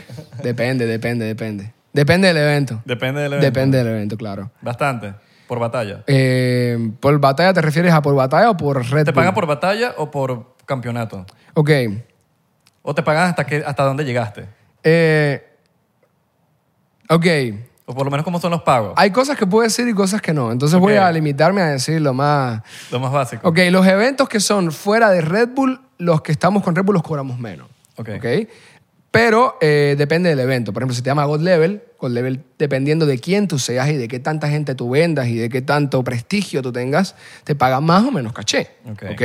depende, depende, depende. Depende del evento. Depende del evento. Depende del evento, claro. Bastante. Por batalla. Eh, ¿Por batalla te refieres a por batalla o por red? ¿Te Bull? pagan por batalla o por campeonato? Ok. ¿O te pagan hasta, que, hasta dónde llegaste? Eh, ok. O por lo menos cómo son los pagos. Hay cosas que puedo decir y cosas que no. Entonces voy Ok. a limitarme a decir lo más... Lo más básico. Ok, los eventos que son fuera de Red Bull, los que estamos con Red Bull los cobramos menos. Ok. ok. Pero eh, depende del evento. Por ejemplo, si te llama God Level, God Level, dependiendo de quién tú seas y de qué tanta gente tú vendas y de qué tanto prestigio tú tengas, te pagan más o menos caché. Ok. ok.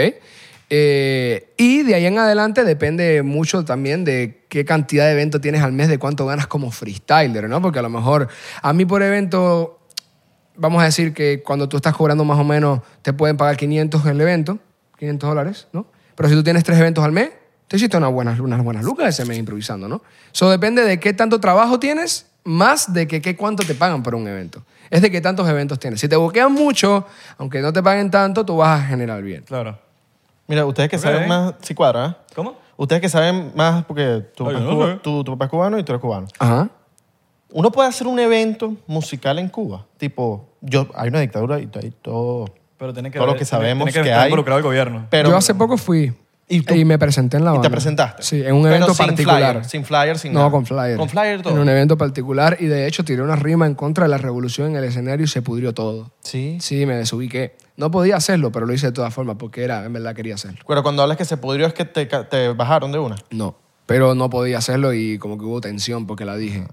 Eh, y de ahí en adelante depende mucho también de qué cantidad de evento tienes al mes, de cuánto ganas como freestyler, ¿no? Porque a lo mejor a mí por evento vamos a decir que cuando tú estás cobrando más o menos, te pueden pagar 500 el evento, 500 dólares, ¿no? Pero si tú tienes tres eventos al mes, te hiciste unas buenas, unas buenas lucas ese mes improvisando, ¿no? Eso depende de qué tanto trabajo tienes, más de que, qué cuánto te pagan por un evento. Es de qué tantos eventos tienes. Si te boquean mucho, aunque no te paguen tanto, tú vas a generar bien. Claro. Mira, ustedes que Ok. saben más... Sí cuadra, ¿eh? ¿Cómo? Ustedes que saben más porque tu Ay, papá, es no cuba- sé. tu- tu papá es cubano y tú eres cubano. Ajá. Uno puede hacer un evento musical en Cuba. Tipo, yo, hay una dictadura y hay todo... Pero tiene que Todo lo haber- que tiene- sabemos tiene que, que estar hay. involucrado el gobierno. Pero, Yo hace poco fui ¿Y ¿Y, tú? me presenté en La ¿Y Habana. te presentaste? Sí, en un Pero evento sin particular. flyer, sin flyer, sin No, nada. con flyer. Con flyer todo. En un evento particular y de hecho tiré una rima en contra de la revolución en el escenario y se pudrió todo. Sí. Sí, me desubiqué. No podía hacerlo, pero lo hice de todas formas porque era, en verdad quería hacerlo. Pero cuando hablas que se pudrió es que te, ca- te bajaron de una. No, pero no podía hacerlo y como que hubo tensión porque la dije,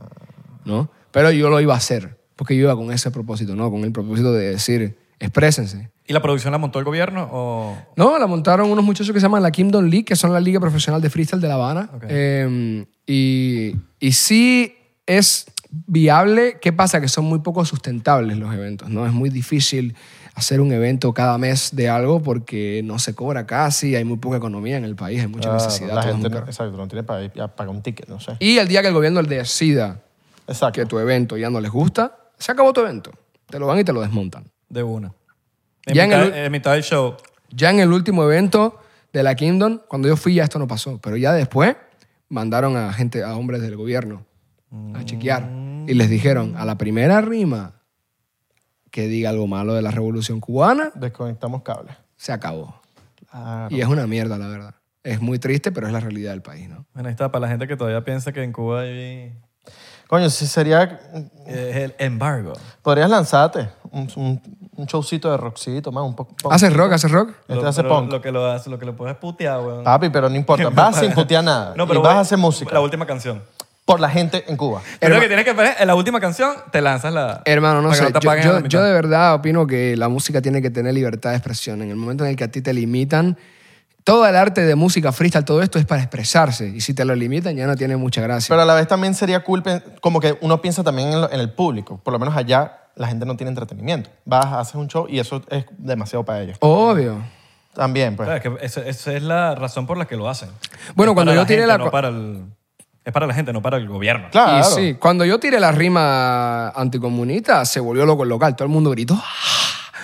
¿no? Pero yo lo iba a hacer porque yo iba con ese propósito, ¿no? Con el propósito de decir, exprésense. ¿Y la producción la montó el gobierno o...? No, la montaron unos muchachos que se llaman la Kingdom League, que son la liga profesional de freestyle de La Habana. Ok. Eh, y, y sí es viable. ¿Qué pasa? Que son muy poco sustentables los eventos, ¿no? Es muy difícil hacer un evento cada mes de algo porque no se cobra casi, hay muy poca economía en el país, hay mucha Claro, necesidad. Ah, todo La es gente muy no, caro. exacto, no tiene para ir a pagar un ticket, no sé. Y el día que el gobierno decida Exacto. que tu evento ya no les gusta, se acabó tu evento. Te lo van y te lo desmontan. De una. En, Ya en mitad, el- en mitad del show. Ya en el último evento de la Kingdom, cuando yo fui ya esto no pasó, pero ya después mandaron a gente, a hombres del gobierno a chequear y les dijeron a la primera rima que diga algo malo de la revolución cubana, Desconectamos cables. se acabó. Claro. Y es una mierda, la verdad. Es muy triste, pero es la realidad del país, ¿no? Bueno, ahí está, para la gente que todavía piensa que en Cuba hay... Coño, si sería... Es el embargo. Podrías lanzarte un, un, un showcito de rockcito, más un poco. poco. ¿Haces rock? ¿Haces rock? Este Lo- hace pero punk. Lo que lo hace, lo que lo puedes putear, weón. Papi, pero *laughs* no importa. Vas sin putear nada. No, pero y vas voy- a hacer música La última canción. por la gente en Cuba. Yo Creo Herma- que tienes que poner en la última canción, te lanzas la. Hermano, no para que sé. te yo, apaguen a yo- la mitad. yo de verdad opino que la música tiene que tener libertad de expresión. En el momento en el que a ti te limitan, todo el arte de música freestyle, todo esto es para expresarse. Y si te lo limitan, ya no tiene mucha gracia. Pero a la vez también sería cool, pen- como que uno piensa también en, lo- en el público. Por lo menos allá la gente no tiene entretenimiento. Vas, haces un show y eso es demasiado para ellos. Obvio. También, pues. Claro, es que esa, esa es la razón por la que lo hacen. Bueno, Es cuando para yo la tiré gente, la no co- para el- es para la gente, no para el gobierno. Claro. Y sí, cuando yo tiré la rima anticomunista, se volvió loco el local. Todo el mundo gritó. ¡Ah!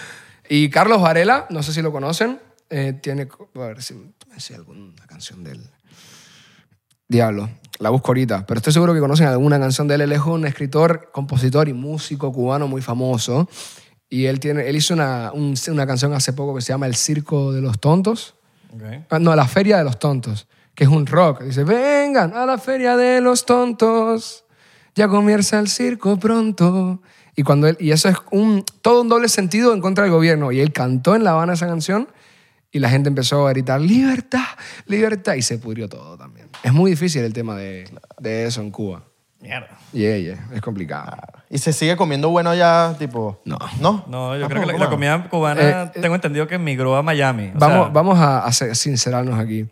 Y Carlos Varela, no sé si lo conocen, eh, tiene... A ver si me sé alguna canción de él. Diablo, la busco ahorita, pero estoy seguro que conocen alguna canción de él. Él es un escritor, compositor y músico cubano muy famoso. Y él, tiene, él hizo una, un- una canción hace poco que se llama El Circo de los Tontos. Ok. Ah, No, la Feria de los Tontos, que es un rock. Dice, vengan a la Feria de los Tontos, ya comienza el circo pronto. Y, cuando él, y eso es un, todo un doble sentido en contra del gobierno. Y él cantó en La Habana esa canción y la gente empezó a gritar, libertad, libertad. Y se pudrió todo también. Es muy difícil el tema de, de eso en Cuba. Mierda. Y ella, es complicado. Y se sigue comiendo bueno allá, tipo. No. No. No, yo Ah, creo que la, ¿cómo? la comida cubana, Eh, eh. tengo entendido que migró a Miami. O Vamos, sea, vamos a, a ser- sincerarnos aquí.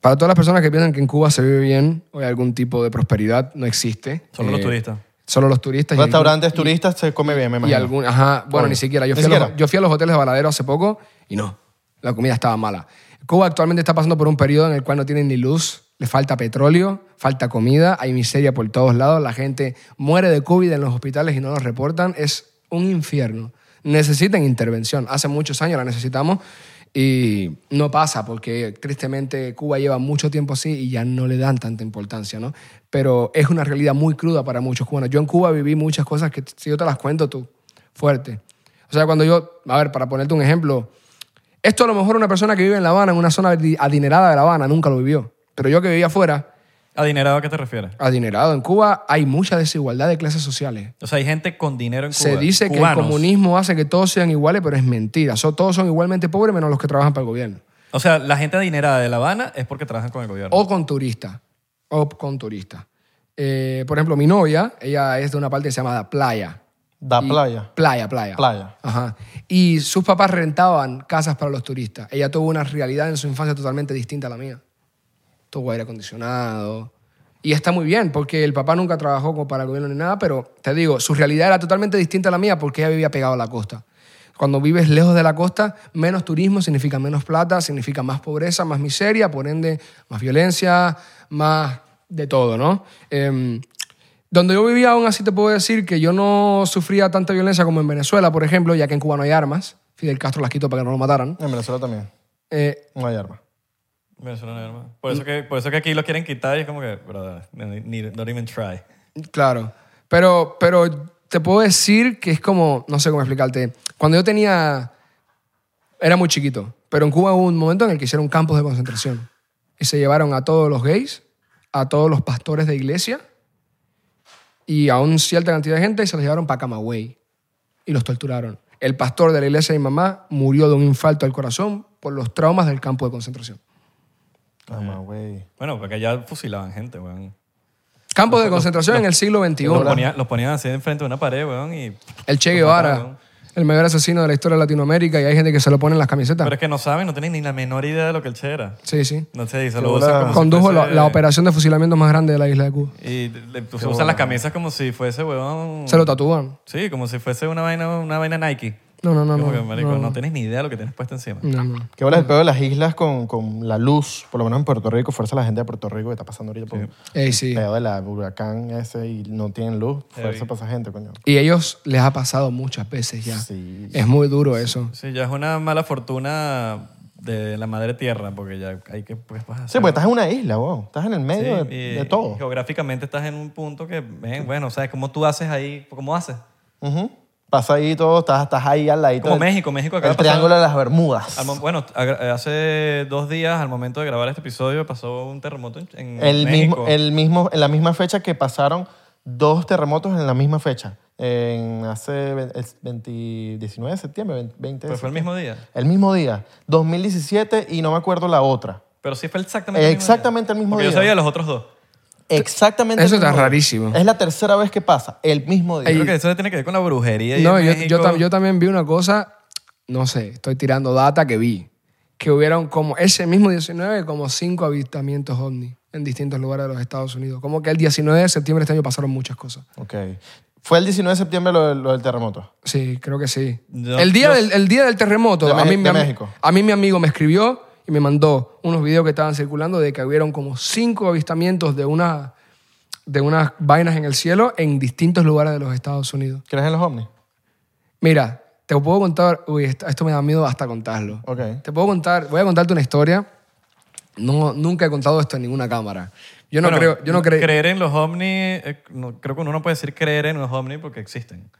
Para todas las personas que piensan que en Cuba se vive bien o hay algún tipo de prosperidad, no existe. Eh, Solo Eh. los turistas. Solo los turistas. y algún- Restaurantes turistas se come bien, me Y imagino. algún, ajá, bueno, Oye, ni siquiera. Yo ni fui, A los, siquiera. yo fui a los hoteles de Varadero hace poco y no, la comida estaba mala. Cuba actualmente está pasando por un periodo en el cual no tienen ni luz, le falta petróleo, falta comida, hay miseria por todos lados, la gente muere de COVID en los hospitales y no los reportan, es un infierno. Necesitan intervención. Hace muchos años la necesitamos y no pasa porque tristemente Cuba lleva mucho tiempo así y ya no le dan tanta importancia, ¿no? Pero es una realidad muy cruda para muchos cubanos. Yo en Cuba viví muchas cosas que si yo te las cuento tú, fuerte. O sea, cuando yo, a ver, para ponerte un ejemplo, esto a lo mejor una persona que vive en La Habana, en una zona adi- adinerada de La Habana, nunca lo vivió. Pero yo que vivía afuera, ¿Adinerado a qué te refieres? adinerado en Cuba, hay mucha desigualdad de clases sociales. O sea, hay gente con dinero en Cuba. Se dice que el cubanos. comunismo hace que todos sean iguales, pero es mentira. So- todos son igualmente pobres menos los que trabajan para el gobierno. O sea, la gente adinerada de La Habana es porque trabajan con el gobierno. O con turistas. O con turistas. Eh, por ejemplo, mi novia, ella es de una parte que se llama La Playa. Da Y- playa. Playa, playa. Playa. Ajá. Y sus papás rentaban casas para los turistas. Ella tuvo una realidad en su infancia totalmente distinta a la mía. Tuvo aire acondicionado. Y está muy bien, porque el papá nunca trabajó como para el gobierno ni nada, pero te digo, su realidad era totalmente distinta a la mía porque ella vivía pegado a la costa. Cuando vives lejos de la costa, menos turismo significa menos plata, significa más pobreza, más miseria, por ende, más violencia, más de todo, ¿no? Em, donde yo vivía, aún así te puedo decir que yo no sufría tanta violencia como en Venezuela, por ejemplo, ya que en Cuba no hay armas. Fidel Castro las quitó para que no lo mataran. En Venezuela también. Eh, No hay arma. Venezuela no hay Mm. arma. Por eso, que, por eso que aquí lo quieren quitar y es como que, brother, ni- ni- don't even try. claro. Pero, pero te puedo decir que es como, no sé cómo explicarte. Cuando yo tenía. Era muy chiquito, pero en Cuba hubo un momento en el que hicieron campos de concentración. Y se llevaron a todos los gays, a todos los pastores de iglesia y a una cierta cantidad de gente y se los llevaron para Camagüey. y los torturaron. El pastor de la iglesia de mi mamá murió de un infarto al corazón por los traumas del campo de concentración. Ah, Cama, güey. Bueno, porque allá fusilaban gente, weón. Campos de concentración en el siglo XXI. Los ponían, los ponían así enfrente de una pared, *laughs* weón, y... El Che Los mataron. Guevara, el mayor asesino de la historia de Latinoamérica y hay gente que se lo pone en las camisetas. Pero es que no saben, no tienen ni la menor idea de lo que el Che era. Sí, sí. No sé, y se Qué lo bola. usan como si Condujo la, fuese- la operación de fusilamiento más grande de la isla de Cuba. Y le- se usan las camisas como si fuese, weón... Se lo tatúan. Sí, como si fuese una vaina, una vaina Nike. No, no, no. Como No, que, marico, no, no. tienes ni idea de lo que tienes puesto encima. no, no. ¿Qué bola el pedo de las islas con, con la luz? Por lo menos en Puerto Rico, fuerza a la gente de Puerto Rico que está pasando ahorita por Ey, sí. el pedo del huracán ese y no tienen luz. Fuerza para esa gente, coño. Y ellos les ha pasado muchas veces ya. Sí. Es muy duro eso. Sí, ya es una mala fortuna de la madre tierra, porque ya hay que... Pues, vas a Sí, hacer- porque estás en una isla, wow. Estás en el Sí, medio de, y- de todo. y Geográficamente estás en un punto que, ven, bueno, ¿sabes cómo tú haces ahí? ¿Cómo haces? Ujú. Pasa ahí todo, estás, estás ahí al ladito. Como del- México, México acaba El de pasar- triángulo de las Bermudas. Al mom- bueno, a- hace dos días, al momento de grabar este episodio, pasó un terremoto en, en El México. mismo, el mismo, en la misma fecha que pasaron dos terremotos en la misma fecha. En hace ve- es 20 19 de septiembre, 20 de Pues Pero Pues fue el septiembre. mismo día. El mismo día, 2017 y no me acuerdo la otra. Pero sí fue exactamente el mismo Exactamente día. el mismo Porque día. Yo sabía de los otros dos. Exactamente. el Eso está mismo día. rarísimo. Es la tercera vez que pasa, el mismo día. Ey, Creo que eso tiene que ver con la brujería. No, y yo, en yo México. tam- yo también vi una cosa, no sé, estoy tirando data que vi, que hubieron como ese mismo 19, como cinco avistamientos ovni en distintos lugares de los Estados Unidos. Como que el 19 de septiembre de este año pasaron muchas cosas. Ok. Fue el 19 de septiembre lo, del- lo del terremoto. Sí, creo que sí. Yo- el, día yo- del, el día del terremoto, De a, Mex- mí, de mi am- México. a mí mi amigo me escribió y me mandó unos videos que estaban circulando de que hubieron como cinco avistamientos de, una, de unas vainas en el cielo en distintos lugares de los Estados Unidos. ¿Crees en los ovnis? Mira, Te puedo contar, uy, esto, esto me da miedo hasta contarlo. Ok. Te puedo contar, voy a contarte una historia. No, nunca he contado esto en ninguna cámara. Yo no Bueno, creo, yo no creo. Creer en los ovnis, eh, no- creo que uno no puede decir creer en los ovnis porque existen.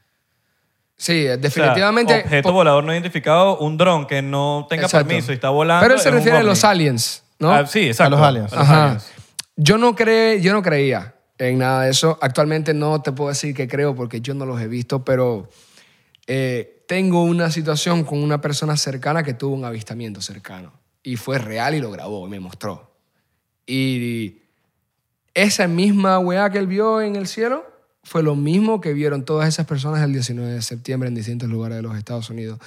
sí, O sea, definitivamente. objeto po- volador no identificado, un dron que no tenga Exacto. permiso y está volando. Pero él se es un refiere a ovni. los aliens, ¿no? Ah, sí, exacto. A los aliens. Ajá. aliens. Yo no cre- yo no creía en nada de eso. Actualmente no te puedo decir que creo porque yo no los he visto, pero eh, tengo una situación con una persona cercana que tuvo un avistamiento cercano y fue real y lo grabó y me mostró. Y esa misma weá que él vio en el cielo fue lo mismo que vieron todas esas personas el 19 de septiembre en distintos lugares de los Estados Unidos.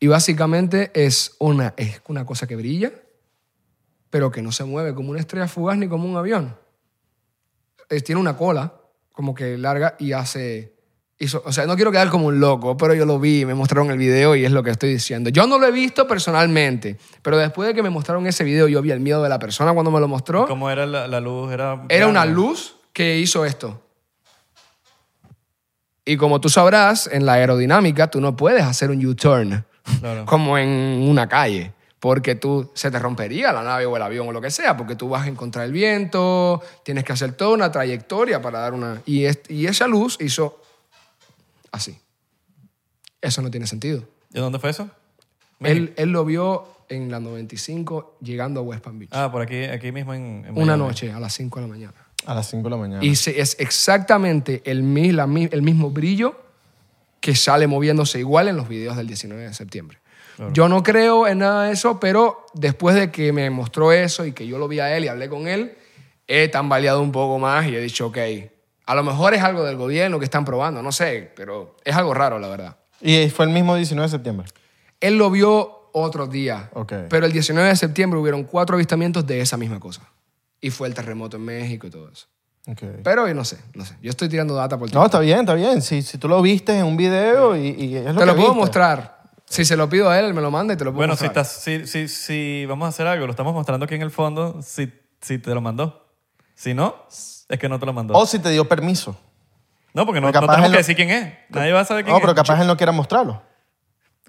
Y básicamente es una, es una cosa que brilla, pero que no se mueve como una estrella fugaz ni como un avión. Eh, tiene una cola, como que larga, y hace... hizo- o sea, no quiero quedar como un loco, pero yo lo vi, me mostraron el video y es lo que estoy diciendo. Yo no lo he visto personalmente, pero después de que me mostraron ese video, yo vi el miedo de la persona cuando me lo mostró. ¿Cómo era la, la luz? Era, Era una luz que hizo esto. Y como tú sabrás, en la aerodinámica tú no puedes hacer un U-turn Claro. como en una calle, porque tú se te rompería la nave o el avión o lo que sea, porque tú vas en contra del viento, tienes que hacer toda una trayectoria para dar una... Y, es- y esa luz hizo así. Eso no tiene sentido. ¿Y dónde fue eso? Él, él lo vio en la 95 llegando a West Palm Beach. Ah, por aquí, aquí mismo en, en una Miami. noche a las 5 de la mañana. A las 5 de la mañana. Y se- es exactamente el, mi- la mi- el mismo brillo que sale moviéndose igual en los videos del 19 de septiembre. Yo no creo en nada de eso, pero después de que me mostró eso y que yo lo vi a él y hablé con él, he tambaleado un poco más y he dicho, ok, a lo mejor es algo del gobierno que están probando, no sé, pero es algo raro, la verdad. Y fue el mismo 19 de septiembre. Él lo vio otro día, Ok. pero el 19 de septiembre hubieron cuatro avistamientos de esa misma cosa. Y fue el terremoto en México y todo eso. Ok. Pero yo no sé, no sé. Yo estoy tirando data por todo. No, está bien, está bien. Si, si tú lo viste en un video y, y es lo Te que lo puedo viste. mostrar. Si se lo pido a él, él me lo manda y te lo puedo Bueno, si, mostrar. estás, si, si, si vamos a hacer algo, lo estamos mostrando aquí en el fondo, si, si te lo mandó. Si no, es que no te lo mandó. O si te dio permiso. no, porque no, Oh, capaz no tenemos él que no- decir quién es. Nadie va a saber quién No, Oh, pero es. capaz él no quiera mostrarlo.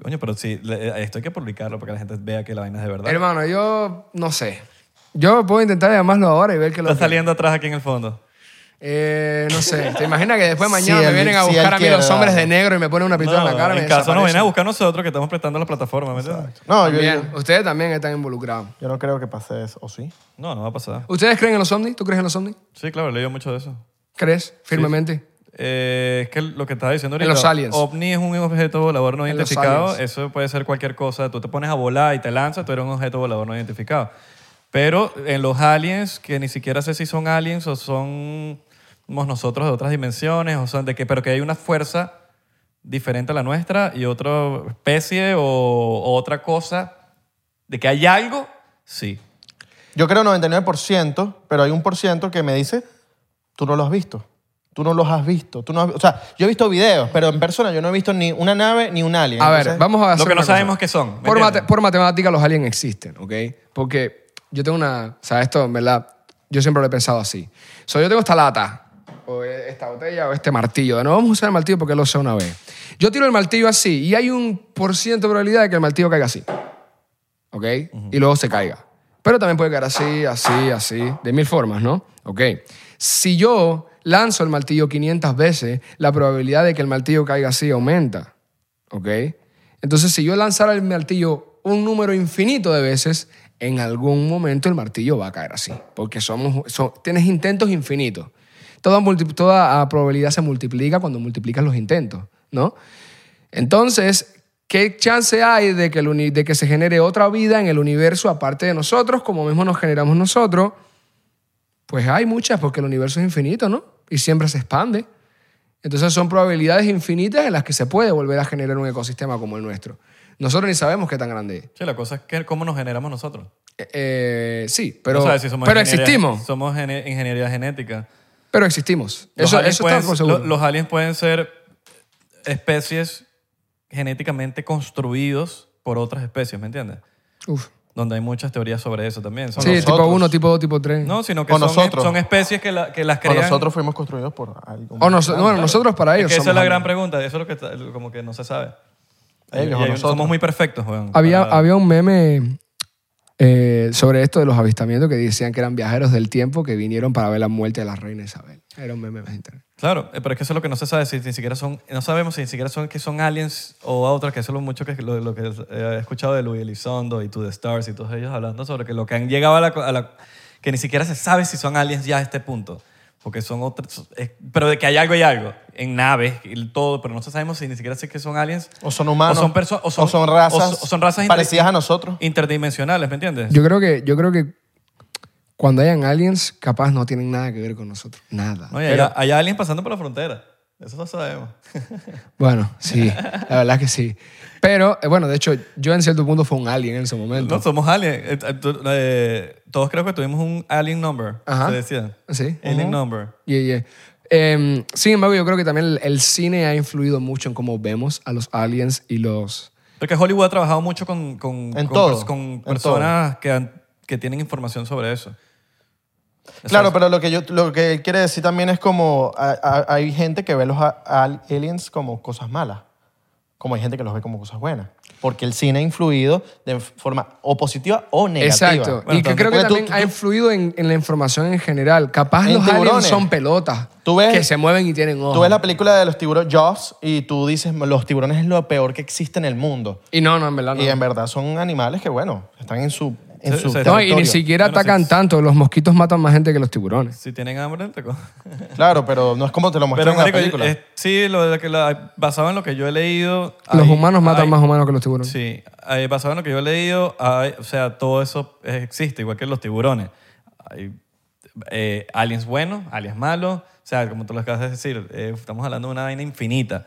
Coño, pero sí, le- eh, esto hay que publicarlo para que la gente vea que la vaina es de verdad. Hermano, yo no sé. Yo puedo intentar llamarlo ahora y ver que lo... Está saliendo atrás aquí en el fondo. Eh, no sé. ¿Te imaginas que *laughs* después mañana Si me él- vienen a si él buscar a mí quiere, los hombres de dale. negro y me ponen una pistola en la cara? y en me caso nos vienen a desaparecen? buscar nosotros que estamos prestando la plataforma. ¿me entiendes? No, yo, También, yo, ustedes también están involucrados. yo no creo que pase eso. ¿O sí? No, no va a pasar. ¿Ustedes creen en los ovnis? ¿Tú crees en los ovnis? Sí, claro, leí mucho de eso. ¿Crees firmemente? Eh, es que lo que estaba diciendo En ahorita, los aliens. ovni es un objeto volador no En los identificado. aliens. Eso puede ser cualquier cosa. Tú te pones a volar y te lanzas, tú eres un objeto volador no identificado. Pero en los aliens, que ni siquiera sé si son aliens o son somos nosotros de otras dimensiones, o son de que, pero que hay una fuerza diferente a la nuestra y otra especie o, o otra cosa, de que hay algo, sí. Yo creo 99%, pero hay un por ciento que me dice, tú no lo has visto. Tú no los has visto. Tú no has- o sea, yo he visto videos, pero en persona yo no he visto ni una nave ni un alien. A ver, Entonces, vamos a lo hacer que no una cosa. sabemos qué son, ¿me Por, entiendes? mate- por matemática los aliens existen, ¿ok? Porque yo tengo una... O sea, esto, en verdad, yo siempre lo he pensado así. So, yo tengo esta lata, o e- esta botella, o este martillo. De nuevo vamos a usar el martillo porque lo sé una vez. Yo tiro el martillo así y hay un por ciento de probabilidad de que el martillo caiga así, ¿ok? Y luego se caiga. Pero también puede caer así, así, así, de mil formas, ¿no? Ok. Si yo lanzo el martillo 500 veces, la probabilidad de que el martillo caiga así aumenta. ¿Ok? Entonces, si yo lanzara el martillo un número infinito de veces, en algún momento el martillo va a caer así. Porque somos, so- tienes intentos infinitos. Toda, multi- toda ah, probabilidad se multiplica cuando multiplicas los intentos, ¿no? Entonces, ¿qué chance hay de que, el uni- de que se genere otra vida en el universo aparte de nosotros, como mismo nos generamos nosotros? Pues hay muchas, porque el universo es infinito, ¿no? Y siempre se expande. Entonces son probabilidades infinitas en las que se puede volver a generar un ecosistema como el nuestro. Nosotros ni sabemos qué tan grande es. Sí, la cosa es que cómo nos generamos nosotros. Eh, eh, sí, pero, No sabes si somos pero ingeniería- existimos. Somos gene- ingeniería genética. Pero existimos. Los, Eso, aliens eso pueden, está por lo- seguro. los aliens pueden ser especies genéticamente construidos por otras especies, ¿me entiendes? Uf. Donde hay muchas teorías sobre eso también. Son Sí, los- tipo nosotros. 1, tipo 2, tipo 3. no, sino que Con son, nosotros. son especies que, la- que las o crean. nosotros fuimos construidos por algo. O nos- bueno, nosotros para Es ellos que esa es somos la aliens. gran pregunta, eso es lo que está- como que no se sabe. Ellos o Y- y nosotros. somos muy perfectos, weón. Había, Para- había un meme eh, sobre esto de los avistamientos que decían que eran viajeros del tiempo que vinieron para ver la muerte de la reina Isabel. Era un meme más interno. Claro, eh, pero es que eso es lo que no se sabe, si ni siquiera son, no sabemos si ni siquiera son que son aliens o otros, que eso es lo mucho que lo, lo que eh, he escuchado de Luis Elizondo y To the Stars y todos ellos hablando sobre que lo que han llegado a la, co- a la- que ni siquiera se sabe si son aliens ya a este punto, porque son otros, es- pero de que hay algo y algo en naves y todo, pero no sabemos si ni siquiera sé que son aliens O son humanos. o son perso- o son, o son razas o son- o son razas inter- parecidas a nosotros. interdimensionales, ¿me entiendes? Yo creo que, yo creo que cuando hayan aliens, capaz no tienen nada que ver con nosotros. Nada. No, y hay, hay aliens pasando por la frontera, eso lo sabemos. Bueno, sí, la verdad es que sí. Pero, eh, bueno, de hecho, yo en cierto punto fue un alien en su momento. No, somos aliens. Eh, eh, tú- eh, todos creo que tuvimos un alien number, Ajá. se decía. Sí. Alien number. Yeah, yeah. Em, sin embargo, yo creo que también el, el cine ha influido mucho en cómo vemos a los aliens y los... Porque Hollywood ha trabajado mucho con, con, En con todo, pers- con en personas que, han- que tienen información sobre eso. Eso Claro, es- pero lo que, yo, lo que él quiere decir también es como a- a- hay gente que ve los a- al- aliens como cosas malas, como hay gente que los ve como cosas buenas, porque el cine ha influido de forma o positiva o negativa. Exacto. Bueno, y que entonces- creo que Porque tú- también tú- ha influido en, en la información en general. Capaz En los aliens tiburones. son pelotas Tú ves- que se mueven y tienen ojos. Tú ves la película de los tiburones Jaws y tú dices los tiburones es lo peor que existe en el mundo Y no, no, en verdad no. y en verdad son animales que bueno están en su en Sí, su sí, sí. No, y ni territorio. siquiera Bueno, atacan sí. tanto. Los mosquitos matan más gente que los tiburones. Si tienen hambre, te co- Claro, pero no es como te lo Pero, muestran en la marico, película. es- sí, lo de que la- basado en lo que yo he leído... los hay- humanos matan hay- más humanos que los tiburones. Sí, eh, basado en lo que yo he leído, hay- o sea, todo eso existe, igual que los tiburones. Hay eh, aliens buenos, aliens malos, o sea, como tú lo acabas de decir, eh, estamos hablando de una vaina infinita.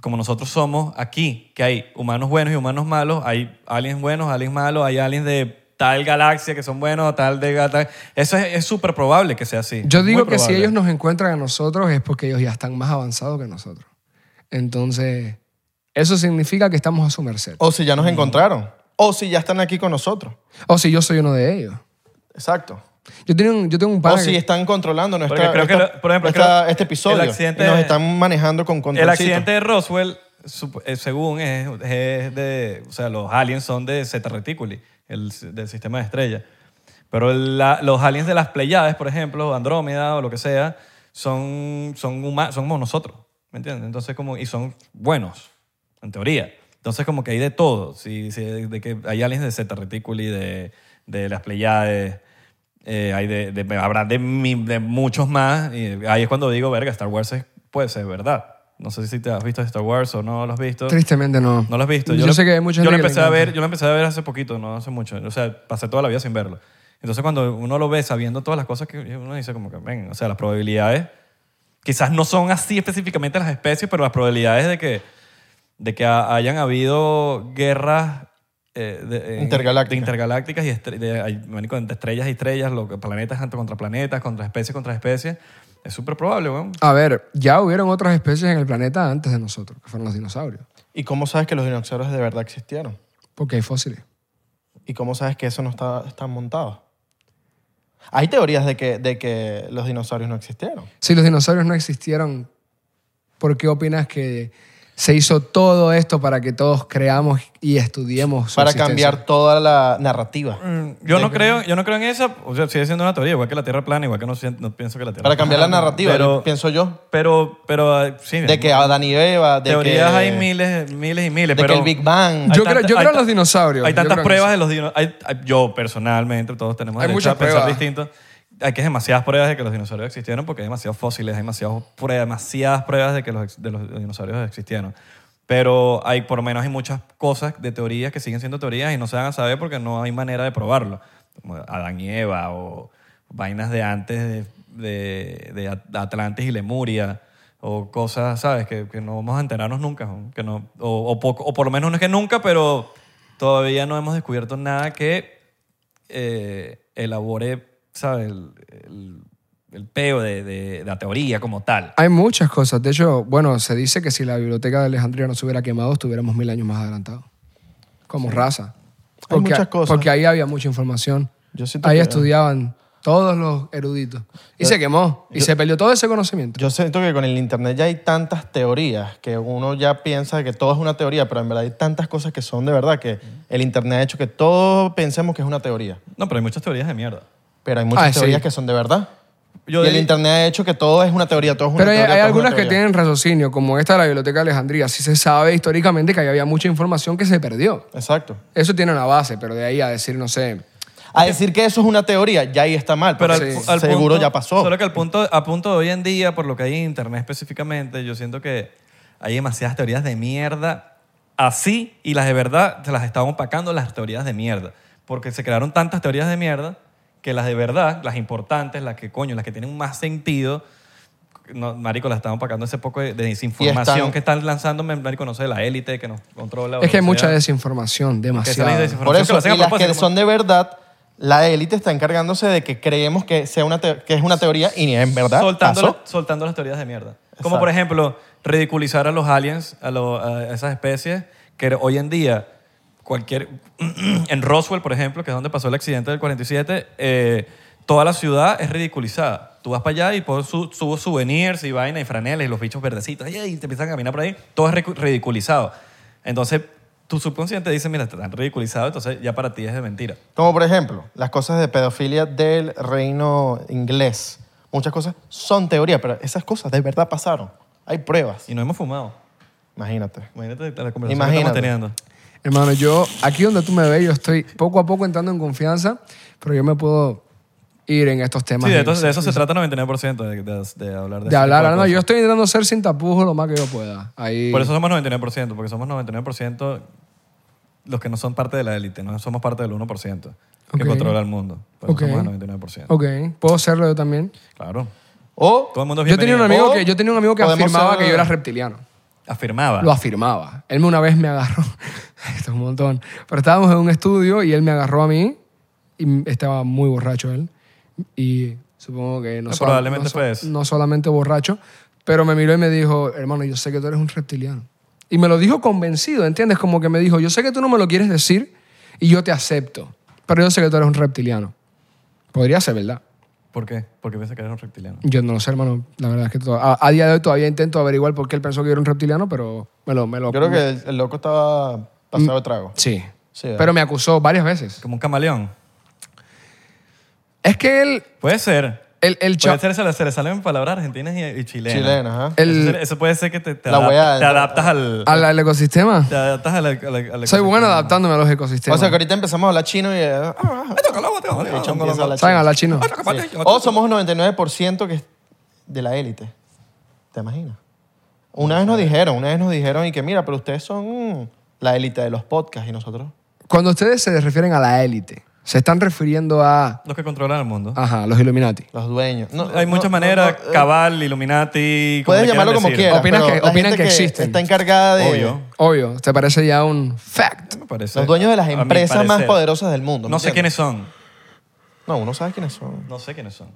Como nosotros somos aquí, que hay humanos buenos y humanos malos, hay aliens buenos, aliens malos, hay aliens de tal galaxia que son buenos, tal de gata. Eso es es súper probable que sea así. Yo muy digo que si probable. ellos nos encuentran a nosotros es porque ellos ya están más avanzados que nosotros. Entonces, eso significa que estamos a su merced. O si ya Mm. nos encontraron. O si ya están aquí con nosotros. O si yo soy uno de ellos. Exacto. Yo tengo un, yo tengo un pana O si que- están controlando nuestra, Porque creo que esta- lo- por ejemplo, nuestra- creo- este episodio. el accidente- y nos están manejando con control. El accidente de Roswell, sup- eh, según es, es de. O sea, los aliens son de Zeta Reticuli, el, s- del sistema de estrellas. Pero la- los aliens de las Pleiades, por ejemplo, Andrómeda o lo que sea, son, son, huma- son como nosotros. ¿Me entiendes? Entonces, como. Y son buenos, en teoría. Entonces, como que hay de todo. Si, si- de que hay aliens de Zeta Reticuli, de, de las Pleiades. eh, hay de, de- habrá de, mi- de muchos más. Y ahí es cuando digo, verga, Star Wars es- puede ser verdad. No sé si te has visto Star Wars o no lo has visto. Tristemente no. No lo has visto. Yo, lo- sé que hay mucha yo gente lo que le empecé a ver, encanta. yo lo empecé a ver hace poquito, no hace mucho. O sea, pasé toda la vida sin verlo. Entonces cuando uno lo ve sabiendo todas las cosas que uno dice como que ven, o sea, las probabilidades quizás no son así específicamente las especies, pero las probabilidades de que de que ha- hayan habido guerras eh, de- en- Intergalácticas. de intergalácticas y estre- de, hay- marico, entre estrellas y estrellas, lo que- planetas contra planetas, contra especies contra especies, es súper probable, weón. A ver, ya hubieron otras especies en el planeta antes de nosotros, que fueron los dinosaurios. ¿Y cómo sabes que los dinosaurios de verdad existieron? Porque hay fósiles. ¿Y cómo sabes que eso no está, está montado? Hay teorías de que, de que los dinosaurios no existieron. Si los dinosaurios no existieron, ¿por qué opinas que se hizo todo esto para que todos creamos y estudiemos su Para existencia? cambiar toda la narrativa. Mm, Yo no creo, yo no creo en esa, o sea, sigue siendo una teoría, igual que la Tierra es plana, igual que no, sien- no pienso que la Tierra. Para es plana. cambiar la narrativa, Pero- pienso yo. Pero, pero eh, sí. De que Adán y Eva, de teorías que, hay miles, miles y miles. de pero que el Big Bang. hay Yo creo- yo creo hay en los ta- dinosaurios, Hay yo tantas creo en pruebas eso. de los dinosaurios. Yo personalmente, todos tenemos Hay derecho muchas a pensar pruebas. distinto. Hay que demasiadas pruebas de que los dinosaurios existieron porque hay demasiados fósiles, hay demasiados pruebas, demasiadas pruebas de que los, ex- de los dinosaurios existieron. Pero hay, por lo menos hay muchas cosas de teorías que siguen siendo teorías y no se van a saber porque no hay manera de probarlo. Como Adán y Eva o vainas de antes de, de- de At- Atlantis y Lemuria o cosas, ¿sabes? Que, que no vamos a enterarnos nunca. ¿no? Que no, o, o poco- o por lo menos no es que nunca, pero todavía no hemos descubierto nada que eh, elabore, ¿sabes? El, el, el peo de, de- de la teoría como tal. Hay muchas cosas. De hecho, bueno, se dice que si la biblioteca de Alejandría no se hubiera quemado, estuviéramos mil años más adelantados. Como raza. muchas cosas. Porque ahí había mucha información. Yo siento Ahí que- estudiaban Todos los eruditos. Y se quemó. Y se perdió todo ese conocimiento. Yo siento que con el internet ya hay tantas teorías que uno ya piensa que todo es una teoría, pero en verdad hay tantas cosas que son de verdad que el internet ha hecho que todos pensemos que es una teoría, No, pero hay muchas teorías de mierda. pero hay muchas Ah, sí. teorías que son de verdad. Yo y el de- internet ha hecho que todo es una teoría, todo es una Pero hay, teoría. hay todo es una algunas que teoría. tienen raciocinio, como esta de la Biblioteca de Alejandría. Sí se sabe históricamente que ahí había mucha información que se perdió. Exacto. Eso tiene una base, pero de ahí a decir, no sé. A decir que eso es una teoría, ya ahí está mal, Pero pero al, al seguro punto- ya pasó. Solo que al punto, a punto de hoy en día, por lo que hay en internet específicamente, yo siento que hay demasiadas teorías de mierda así y las de verdad se las están opacando las teorías de mierda. Porque se crearon tantas teorías de mierda que las de verdad, las importantes, las que coño, las que tienen más sentido, no, marico, las están opacando ese poco de, de desinformación están- que están lanzando, marico, no sé, la élite que nos controla. o Es que hay lo mucha sea. desinformación, Que esa es la demasiada. Por desinformación que lo eso, hacen a y las propósito, que como- son de verdad, la élite está encargándose de que creemos que, sea una teo- que es una teoría y ni en verdad soltando, pasó. las- soltando las teorías de mierda. Como Exacto. por ejemplo, ridiculizar a los aliens, a, lo- a esas especies, que hoy en día, cualquier. *clears throat* en Roswell, por ejemplo, que es donde pasó el accidente del 47, eh, toda la ciudad es ridiculizada. Tú vas para allá y pones su, subo souvenirs y vainas y franelas y los bichos verdecitos, ay, ay, y te empiezan a caminar por ahí, todo es ridicu- ridiculizado. Entonces, tu subconsciente dice, mira, te están ridiculizado, entonces ya para ti es de mentira. Como por ejemplo, las cosas de pedofilia del reino inglés. Muchas cosas son teoría, pero esas cosas de verdad pasaron. Hay pruebas. Y no hemos fumado. Imagínate. Imagínate la conversación que estamos Imagínate. teniendo. Hermano, yo, aquí donde tú me ves, yo estoy poco a poco entrando en confianza, pero yo me puedo ir en estos temas. Sí, de, y- esto- de eso se trata 99% de, de- de hablar de de ese hablar, ah, tipo de no, yo cosas. estoy intentando ser sin tapujos lo más que yo pueda. Ahí. Por eso somos 99%, porque somos 99% los que no son parte de la élite, no somos parte del 1% que Ok. controla el mundo. Por eso Ok. somos el 99%. Ok, puedo serlo yo también. Claro. O Todo el mundo es Yo tenía un bienvenido. amigo O que, yo tenía un amigo que podemos afirmaba ser- que yo era reptiliano. Afirmaba. Lo afirmaba. Él me una vez me agarró. *laughs* Esto es un montón. Pero estábamos en un estudio y él me agarró a mí. Y estaba muy borracho él. Y supongo que no, Eh, sola- probablemente no so- fue eso. no solamente borracho, pero me miró y me dijo, hermano, yo sé que tú eres un reptiliano. Y me lo dijo convencido, ¿entiendes? Como que me dijo, yo sé que tú no me lo quieres decir y yo te acepto, pero yo sé que tú eres un reptiliano. Podría ser, ¿verdad? ¿Por qué? Porque piensa que eres un reptiliano. Yo no lo sé, hermano. La verdad es que to- a, a día de hoy todavía intento averiguar por qué él pensó que yo era un reptiliano, pero me lo... Me lo yo creo que el, el loco estaba pasado de trago. Sí. Sí, ¿verdad? pero me acusó varias veces. Como un camaleón. Es que él... Puede ser. El, el cha- Puede ser, se le, se le salen palabras argentinas y, y chilenas. Chilena, ajá. el- Eso, se- eso puede ser que te, te La adap- weá, te la- adaptas al... al, al ecosistema. te adaptas al- al- al- al Soy bueno ecosistema. adaptándome a los O ecosistemas. sea, que ahorita empezamos a hablar chino y... eh, ah, Ay, toca el agua, toca el agua, toca hecho, el empieza a agua. ¿Saben hablar chino. hablar chino? Ay, toca el agua, Sí. toca el agua. O somos 99% que es de la élite. ¿Te imaginas? Una vez nos dijeron, una vez nos dijeron y que mira, pero ustedes son mm, la élite de los podcasts y nosotros. Cuando ustedes se refieren a la élite, se están refiriendo a... Los que controlan el mundo. Ajá, los Illuminati. Los dueños. Ah, No, Hay no, muchas no, maneras, no, eh, cabal, illuminati... como puedes le quieran llamarlo como decir. quieras. Opinas pero que- la opinan gente que existen. Está encargada de. Obvio. Obvio, te parece ya un fact. Me parece, Los dueños de las a mi empresas más parecer. poderosas del mundo. ¿me No sé quiénes entiendes? son. No, uno sabe quiénes son. No sé quiénes son.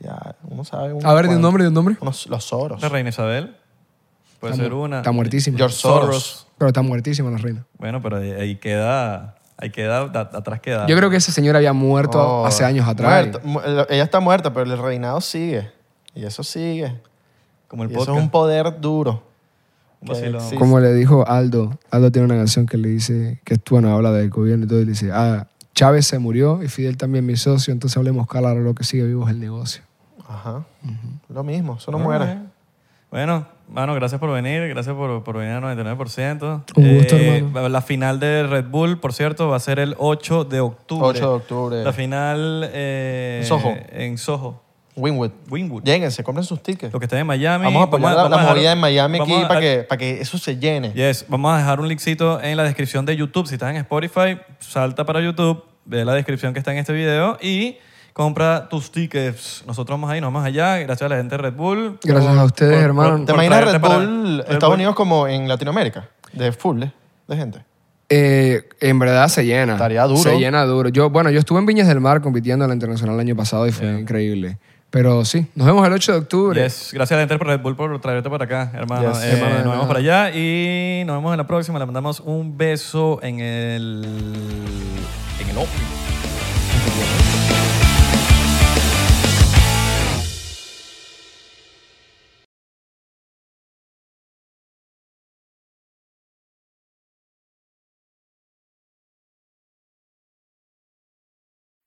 Ya, uno sabe. unos A ver, de un cuantos. nombre, de un nombre. Unos- los Soros. La reina Isabel. Puede Está ser mu- una. Está muertísima. George Soros. Pero está muertísima la reina. Bueno, pero ahí- ahí queda. Ahí queda. da- atrás queda. Yo creo que esa señora había muerto Ah. Oh, hace años atrás. muerta. Mu- Ella está muerta, pero el reinado sigue. Y eso sigue. Como el Y eso podcast. es un poder duro. Un vacilón. Y que existe. Como le dijo Aldo, Aldo tiene una canción que le dice, que tú bueno, habla del gobierno y todo, y le dice, ah, Chávez se murió y Fidel también mi socio, entonces hablemos claro, lo que sigue vivo es el negocio. Ajá. Lo mismo, eso no Ah, muere. bueno. Bueno, mano, gracias por venir. Gracias por, por venir a 99%. Un gusto, hermano. La final de Red Bull, por cierto, va a ser el 8 de octubre. 8 de octubre. La final. eh, En Soho. En Soho. Winwood. Winwood. Lléguense, compren sus tickets. Los que estén en Miami. Vamos a apoyar la- la, dejar- movida en Miami aquí vamos a- eh, para, que, para que eso se llene. Yes, vamos a dejar un linkcito en la descripción de YouTube. Si estás en Spotify, salta para YouTube, ve la descripción que está en este video y compra tus tickets. Nosotros vamos ahí, nos vamos allá. Gracias a la gente de Red Bull. Gracias a ustedes, hermano. ¿Te por imaginas traerte Red para- Bull Red Estados Bull. Unidos como en Latinoamérica? De full, ¿eh? de gente. Eh, en verdad se llena. Estaría duro. Se llena duro. Yo, bueno, yo estuve en Viñas del Mar compitiendo en la internacional el año pasado y fue increíble. Pero sí, nos vemos el 8 de octubre. Yes, Gracias a la gente de Red Bull por traerte para acá, hermano. Yes, Eh, hermano, de nos vemos nada. para allá y nos vemos en la próxima. Le mandamos un beso en el... En el ojo.